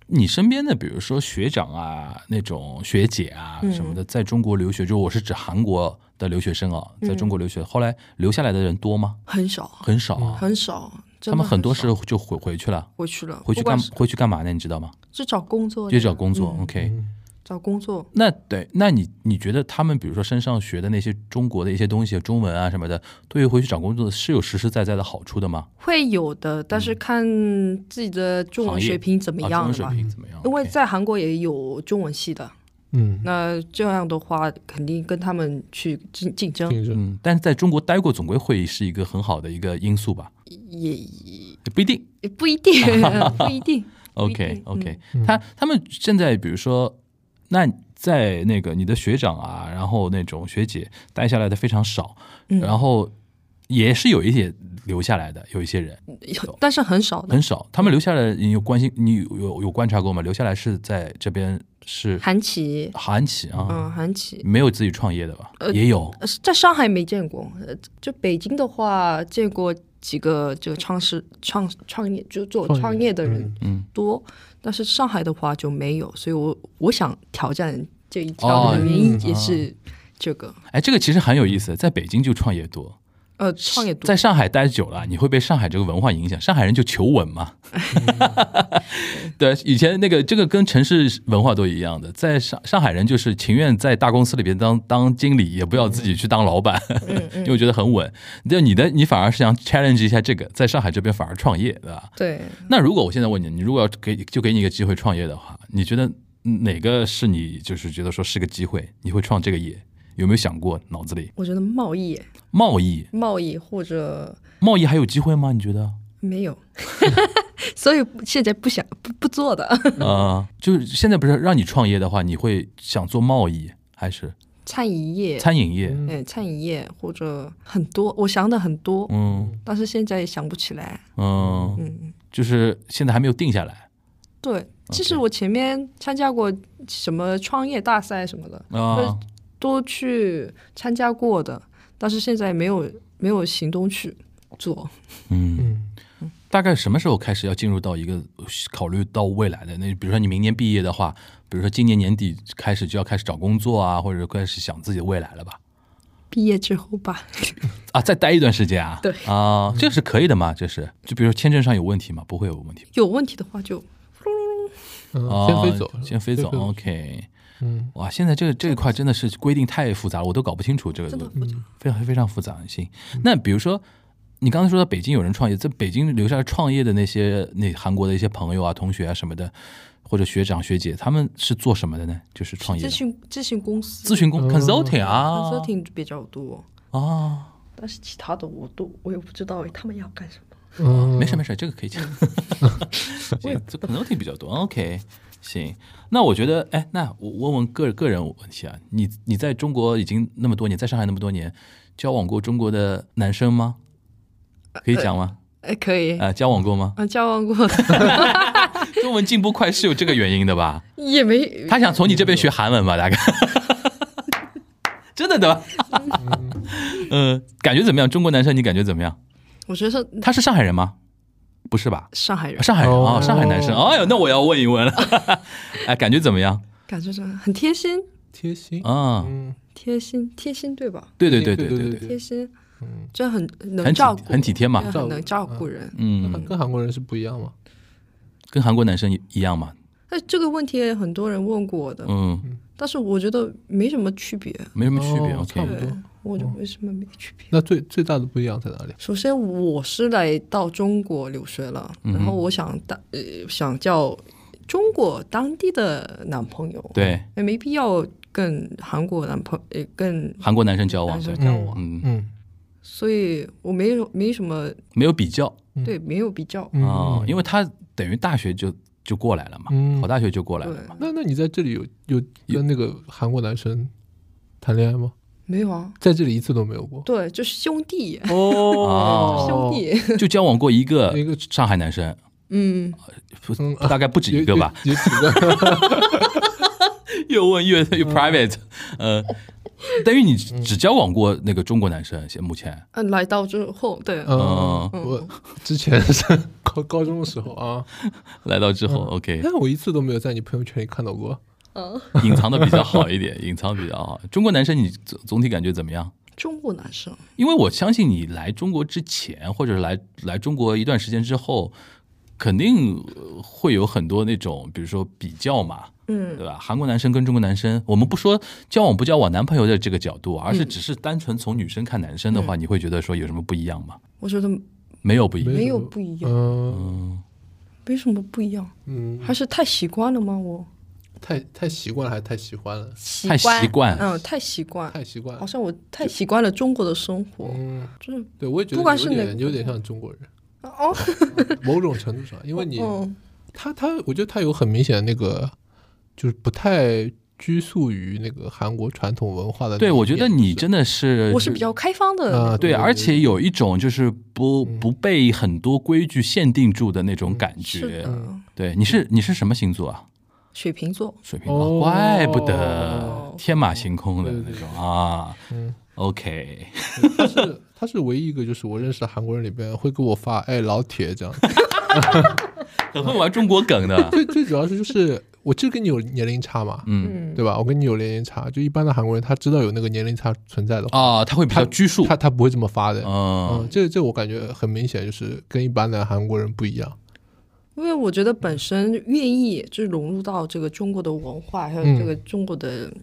Speaker 5: 你身边的比如说学长啊、那种学姐啊
Speaker 7: 嗯
Speaker 5: 什么的，在中国留学，就我是指韩国的留学生啊，
Speaker 7: 嗯
Speaker 5: 在中国留学，后来留下来的人多吗？
Speaker 7: 很少，
Speaker 5: 很少啊，
Speaker 7: 嗯很少，真
Speaker 5: 他
Speaker 7: 的
Speaker 5: 们很多
Speaker 7: 少
Speaker 5: 是就回回去了，
Speaker 7: 回去了，
Speaker 5: 回去
Speaker 7: 不
Speaker 5: 干
Speaker 7: 管是
Speaker 5: 回去干嘛呢？你知道吗？
Speaker 7: 就找工作，
Speaker 5: 就找工作。
Speaker 7: 嗯
Speaker 5: OK，
Speaker 7: 找工作。
Speaker 5: 那对，那你你觉得他们比如说身上学的那些中国的一些东西，中文啊什么的，对于回去找工作是有实实在在的好处的吗？
Speaker 7: 会有的，但是看自己的中文
Speaker 5: 行业
Speaker 7: 水平怎么
Speaker 5: 嗯啊中
Speaker 7: 样
Speaker 5: 文
Speaker 7: 了
Speaker 5: 水
Speaker 7: 吧。
Speaker 5: 平怎么样？
Speaker 7: 因为
Speaker 5: OK
Speaker 7: 在韩国也有中文系的，
Speaker 6: 嗯，
Speaker 7: 那这样的话，肯定跟他们去竞竞争
Speaker 6: 竞争，
Speaker 5: 嗯，但是在中国待过，总归会是一个很好的一个因素吧，
Speaker 7: 也也
Speaker 5: 也不一定。
Speaker 7: 也不一
Speaker 5: <laughs>
Speaker 7: 定，嗯不一定。不一
Speaker 5: OK
Speaker 7: 定
Speaker 5: OK，、他他们现在比如说，那在那个你的学长啊，然后那种学姐待下来的非常少，
Speaker 7: 嗯
Speaker 5: 然后也是有一些留下来的，有一些人
Speaker 7: 嗯但是很少的
Speaker 5: 很少，他们留下来你有关心，你有有有观察过吗？留下来是在这边是
Speaker 7: 韩企，
Speaker 5: 韩企啊，
Speaker 7: 嗯，韩企
Speaker 5: 没有自己创业的吧？
Speaker 7: 呃
Speaker 5: 也有，
Speaker 7: 呃在上海没见过，呃就北京的话见过几个这个创始创创业就做
Speaker 6: 创业
Speaker 7: 创业的人
Speaker 5: 嗯，
Speaker 7: 多，但是上海的话就没有，所以我我想挑战这一
Speaker 5: 哦
Speaker 7: 条的原因
Speaker 6: 嗯
Speaker 7: 也是这个，
Speaker 5: 哎，这个其实很有意思，在北京就创业多，
Speaker 7: 呃，创业多
Speaker 5: 在上海待久了，你会被上海这个文化影响。上海人就求稳嘛，
Speaker 7: 嗯
Speaker 5: <laughs>
Speaker 7: <laughs>
Speaker 5: 对，以前那个这个跟城市文化都一样的，在上上海人就是情愿在大公司里边当当经理，也不要自己去当老板，
Speaker 7: 嗯
Speaker 5: <laughs> 因为觉得很稳。就你的你反而是想 challenge 一下这个，在上海这边反而创业，对吧？
Speaker 7: 对，
Speaker 5: 那如果我现在问你，你如果要给就给你一个机会创业的话，你觉得哪个是你就是觉得说是个机会，你会创这个业？有没有想过脑子里
Speaker 7: 我觉得贸易
Speaker 5: 贸易？
Speaker 7: 贸易或者
Speaker 5: 贸易还有机会吗？你觉得？
Speaker 7: 没 <laughs> 有，所以现在不想不不做的
Speaker 5: 啊，就是现在不是让你创业的话，你会想做贸易还是
Speaker 7: <laughs> 餐饮业，
Speaker 5: 餐饮业？
Speaker 7: 哎，餐饮业或者很多，我想的很多，
Speaker 5: 嗯
Speaker 7: 但是现在也想不起来。
Speaker 5: 嗯，
Speaker 7: 嗯，
Speaker 5: 就是现在还没有定下来
Speaker 7: 对，其实我前面参加过什么创业大赛什么的，
Speaker 5: 啊
Speaker 7: 呃。都去参加过的，但是现在没有没有行动去做。
Speaker 5: 嗯，
Speaker 6: 嗯
Speaker 5: 大概什么时候开始要进入到一个考虑到未来的？那比如说你明年毕业的话，比如说今年年底开始就要开始找工作啊，或者开始想自己的未来了吧？
Speaker 7: 毕业之后吧， <laughs>
Speaker 5: 啊，再待一段时间啊？
Speaker 7: 对
Speaker 5: 啊，这是可以的嘛？这是就比如说签证上有问题吗？不会有问题吧
Speaker 7: 有问题的话就
Speaker 6: 嗯，
Speaker 5: 啊，
Speaker 6: 先飞走，
Speaker 5: 先飞走。OK。哦
Speaker 6: 嗯，
Speaker 5: 哇，现在这个这一块真的是规定太复杂了，我都搞不清楚这个
Speaker 7: 真的
Speaker 5: 都
Speaker 7: 复杂。
Speaker 5: 非常非常复杂。行，
Speaker 6: 嗯
Speaker 5: 那比如说你刚才说到北京有人创业，在北京留下来创业的那些那韩国的一些朋友啊、同学啊什么的，或者学长学姐，他们是做什么的呢？就是创业
Speaker 7: 咨
Speaker 5: 的
Speaker 7: 询咨询公司
Speaker 5: 咨询公
Speaker 6: 呃
Speaker 5: consulting 啊
Speaker 7: consulting 比较多，
Speaker 5: 啊，
Speaker 7: 但是其他的我都我也不知道他们要干什么。
Speaker 6: 嗯
Speaker 5: 哦没事没事，这个可以讲。行，这 consulting 比较多。OK，行，那我觉得，哎，那我问问个个人问题啊，你你在中国已经那么多年，在上海那么多年，交往过中国的男生吗？可以讲吗？
Speaker 7: 哎，可以，
Speaker 5: 啊，交往过吗？ <laughs>
Speaker 7: 啊，交往过的
Speaker 5: 中文进步快是有这个原因的吧？
Speaker 7: 也没
Speaker 5: 他想从你这边学韩文吧，大概。 <laughs> 真的的吧？嗯，感觉怎么样？中国男生你感觉怎么样？
Speaker 7: 我觉得是
Speaker 5: 他是上海人吗？不是吧？
Speaker 7: 上海人
Speaker 5: 上海人啊、
Speaker 6: 哦
Speaker 5: 上海男生。哎呦，那我要问一问了， <laughs> 哎，感觉怎么样？
Speaker 7: 感觉上很贴心，
Speaker 6: 贴心，
Speaker 5: 啊、
Speaker 6: 嗯，
Speaker 7: 贴心，贴心对吧？
Speaker 5: 对对对
Speaker 6: 对
Speaker 5: 对
Speaker 6: 对
Speaker 5: 对，
Speaker 7: 贴心，
Speaker 6: 嗯
Speaker 7: 这很能
Speaker 5: 很体
Speaker 7: 照顾，
Speaker 5: 很体贴嘛
Speaker 7: 对，
Speaker 6: 照顾啊
Speaker 7: 很能照顾人。
Speaker 5: 嗯，
Speaker 6: 跟韩国人是不一样嘛。
Speaker 5: 跟韩国男生一样嘛，
Speaker 7: 那这个问题也很多人问过我的，
Speaker 5: 嗯，
Speaker 7: 但是我觉得没什么区别，
Speaker 5: 没什么区别。
Speaker 6: 哦差不
Speaker 5: OK，
Speaker 6: 多。
Speaker 5: 嗯
Speaker 7: 我就为什么没区别？
Speaker 6: 那最最大的不一样在哪里？
Speaker 7: 首先，我是来到中国留学了，
Speaker 5: 嗯哼
Speaker 7: 然后我想当呃想叫中国当地的男朋友，
Speaker 5: 对，
Speaker 7: 也没必要跟韩国男朋呃跟
Speaker 5: 韩国男生交往
Speaker 7: 男，生
Speaker 5: 对，
Speaker 7: 交往，
Speaker 5: 嗯，
Speaker 6: 嗯
Speaker 7: 所以我没有没什么
Speaker 5: 没有比较
Speaker 6: 嗯
Speaker 7: 对没有比较，
Speaker 6: 嗯
Speaker 5: 啊、因为他等于大学就就过来了嘛，
Speaker 6: 嗯
Speaker 5: 考大学就过来
Speaker 7: 对
Speaker 5: 了啊嘛，，
Speaker 6: 那那你在这里有有跟那个韩国男生谈恋爱吗？
Speaker 7: 没有啊，
Speaker 6: 在这里一次都没有过。
Speaker 7: 对，就是兄弟
Speaker 5: 哦
Speaker 6: <laughs>
Speaker 7: 兄弟，
Speaker 5: 就交往过一个
Speaker 6: 一个
Speaker 5: 上海男生，
Speaker 7: 嗯，
Speaker 5: 不
Speaker 6: 嗯
Speaker 5: <laughs> 大概不止一个吧，
Speaker 6: 有有有几个？
Speaker 5: 越问越
Speaker 6: 嗯
Speaker 5: 越 private，呃，等于你只交往过那个中国男生，现目前，
Speaker 7: 呃来到之后，对，
Speaker 5: 哦
Speaker 6: 嗯，
Speaker 7: 嗯
Speaker 6: <laughs> 我之前是高高中的时候啊，
Speaker 5: 来到之后，OK，
Speaker 6: 嗯但我一次都没有在你朋友圈里看到过。
Speaker 7: 嗯，
Speaker 5: 隐藏的比较好一点，隐 <laughs> 藏比较好。中国男生你总总体感觉怎么样？
Speaker 7: 中国男生，
Speaker 5: 因为我相信你来中国之前，或者是来来中国一段时间之后，肯定呃会有很多那种，比如说比较嘛，
Speaker 7: 嗯
Speaker 5: 对吧？韩国男生跟中国男生，我们不说交往不交往男朋友的这个角度，而是只
Speaker 7: 嗯
Speaker 5: 是单纯从女生看男生的话，你会觉得说有什么不一样吗？
Speaker 7: 我觉得
Speaker 5: 没有不一样，
Speaker 7: 没有不一样，
Speaker 6: 嗯
Speaker 5: 嗯，
Speaker 7: 没什么不一样，
Speaker 6: 嗯，
Speaker 7: 还是太习惯了吗？我
Speaker 6: 太太习惯了，还是太喜欢了？
Speaker 7: 习
Speaker 5: 太
Speaker 7: 惯，
Speaker 5: 习惯
Speaker 7: 嗯，太习惯，
Speaker 6: 太习惯了
Speaker 7: 好。像我太习惯了中国的生活，
Speaker 6: 嗯，
Speaker 7: 就是
Speaker 6: 对，我也觉得
Speaker 7: 不管是
Speaker 6: 有
Speaker 7: 哪
Speaker 6: 点
Speaker 7: 个
Speaker 6: 有点像中国人，
Speaker 7: 哦，
Speaker 6: <laughs> 某种程度上，因为你
Speaker 7: 嗯，
Speaker 6: 他他，我觉得他有很明显的那个，就是不太拘束于那个韩国传统文化的那一面。
Speaker 5: 对，我觉得你
Speaker 6: 就是
Speaker 5: 真的是
Speaker 7: 我是比较开放
Speaker 6: 啊
Speaker 7: 的，
Speaker 5: 对，
Speaker 6: 对
Speaker 5: 而且有一种就是不
Speaker 6: 嗯
Speaker 5: 不被很多规矩限定住的那种感
Speaker 7: 嗯是
Speaker 5: 觉。
Speaker 6: 嗯
Speaker 7: 的，
Speaker 5: 对，你是你是什么星座啊？
Speaker 7: 水瓶座，
Speaker 5: 水瓶座，
Speaker 6: 哦
Speaker 5: 怪不
Speaker 7: 哦
Speaker 5: 得天马行空的
Speaker 6: 对
Speaker 5: 那
Speaker 6: 对
Speaker 5: 种啊
Speaker 6: 嗯。
Speaker 5: OK， <laughs>
Speaker 6: 他是他是唯一一个就是我认识的韩国人里边会给我发哎老铁这样，
Speaker 5: 很会玩中国梗的。
Speaker 6: 最最主要是就是我就跟你有年龄差嘛，
Speaker 5: 嗯
Speaker 7: 嗯，
Speaker 6: 对吧？我跟你有年龄差，就一般的韩国人他知道有那个年龄差存在的话，
Speaker 5: 啊，他会比较拘束
Speaker 6: 他。他不会这么发的。嗯
Speaker 5: 嗯，，
Speaker 6: 这这我感觉很明显就是跟一般的韩国人不一样。
Speaker 7: 因为我觉得本身愿意就是融入到这个中国的文化，还有这个中国的嗯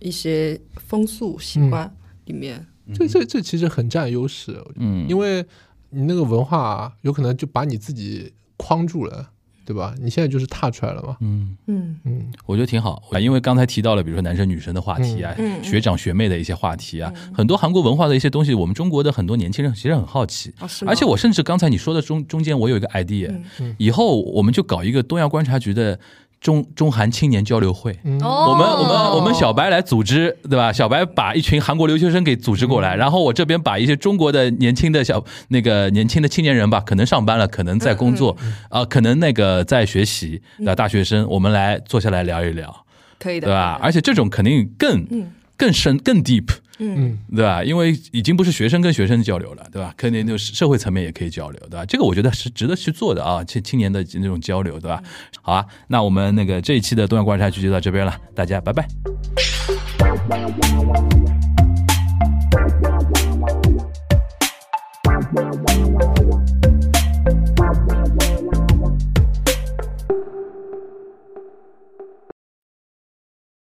Speaker 7: 一些风俗
Speaker 5: 嗯
Speaker 7: 习惯里面，
Speaker 6: 这这这其实很占优势，我觉得
Speaker 5: 嗯，
Speaker 6: 因为你那个文化啊有可能就把你自己框住了，对吧？你现在就是踏出来了嘛。
Speaker 5: 嗯，
Speaker 7: 嗯
Speaker 6: 嗯
Speaker 5: 我觉得挺好啊，因为刚才提到了，比如说男生女生的话题啊，
Speaker 7: 嗯嗯嗯
Speaker 5: 学长学妹的一些话题啊，很多韩国文化的一些东西，我们中国的很多年轻人其实很好奇。
Speaker 7: 哦是吗嗯
Speaker 5: 而且我甚至刚才你说的中中间，我有一个 idea，、以后我们就搞一个东亚观察局的中中韩青年交流会。
Speaker 6: 嗯
Speaker 7: 哦
Speaker 5: 我们我们我们小白来组织，对吧？小白把一群韩国留学生给组织过来，
Speaker 7: 嗯
Speaker 5: 然后我这边把一些中国的年轻的小那个年轻的青年人吧，可能上班了，可能在工作，
Speaker 7: 嗯
Speaker 5: 啊、可能那个在学习的大学生，我们来坐下来聊一聊，
Speaker 7: 可以的，
Speaker 5: 对吧？而
Speaker 7: 且
Speaker 5: 且这种肯定更
Speaker 7: 嗯
Speaker 5: 更深、更 deep，
Speaker 6: 嗯，
Speaker 5: 对吧？因为已经不是学生跟学生交流了，对吧？肯定就是社会层面也可以交流，对吧？这个我觉得是值得去做的啊，青青年的那种交流，对吧？好啊，那我们那个这一期的东亚观察局就到这边了，大家拜拜。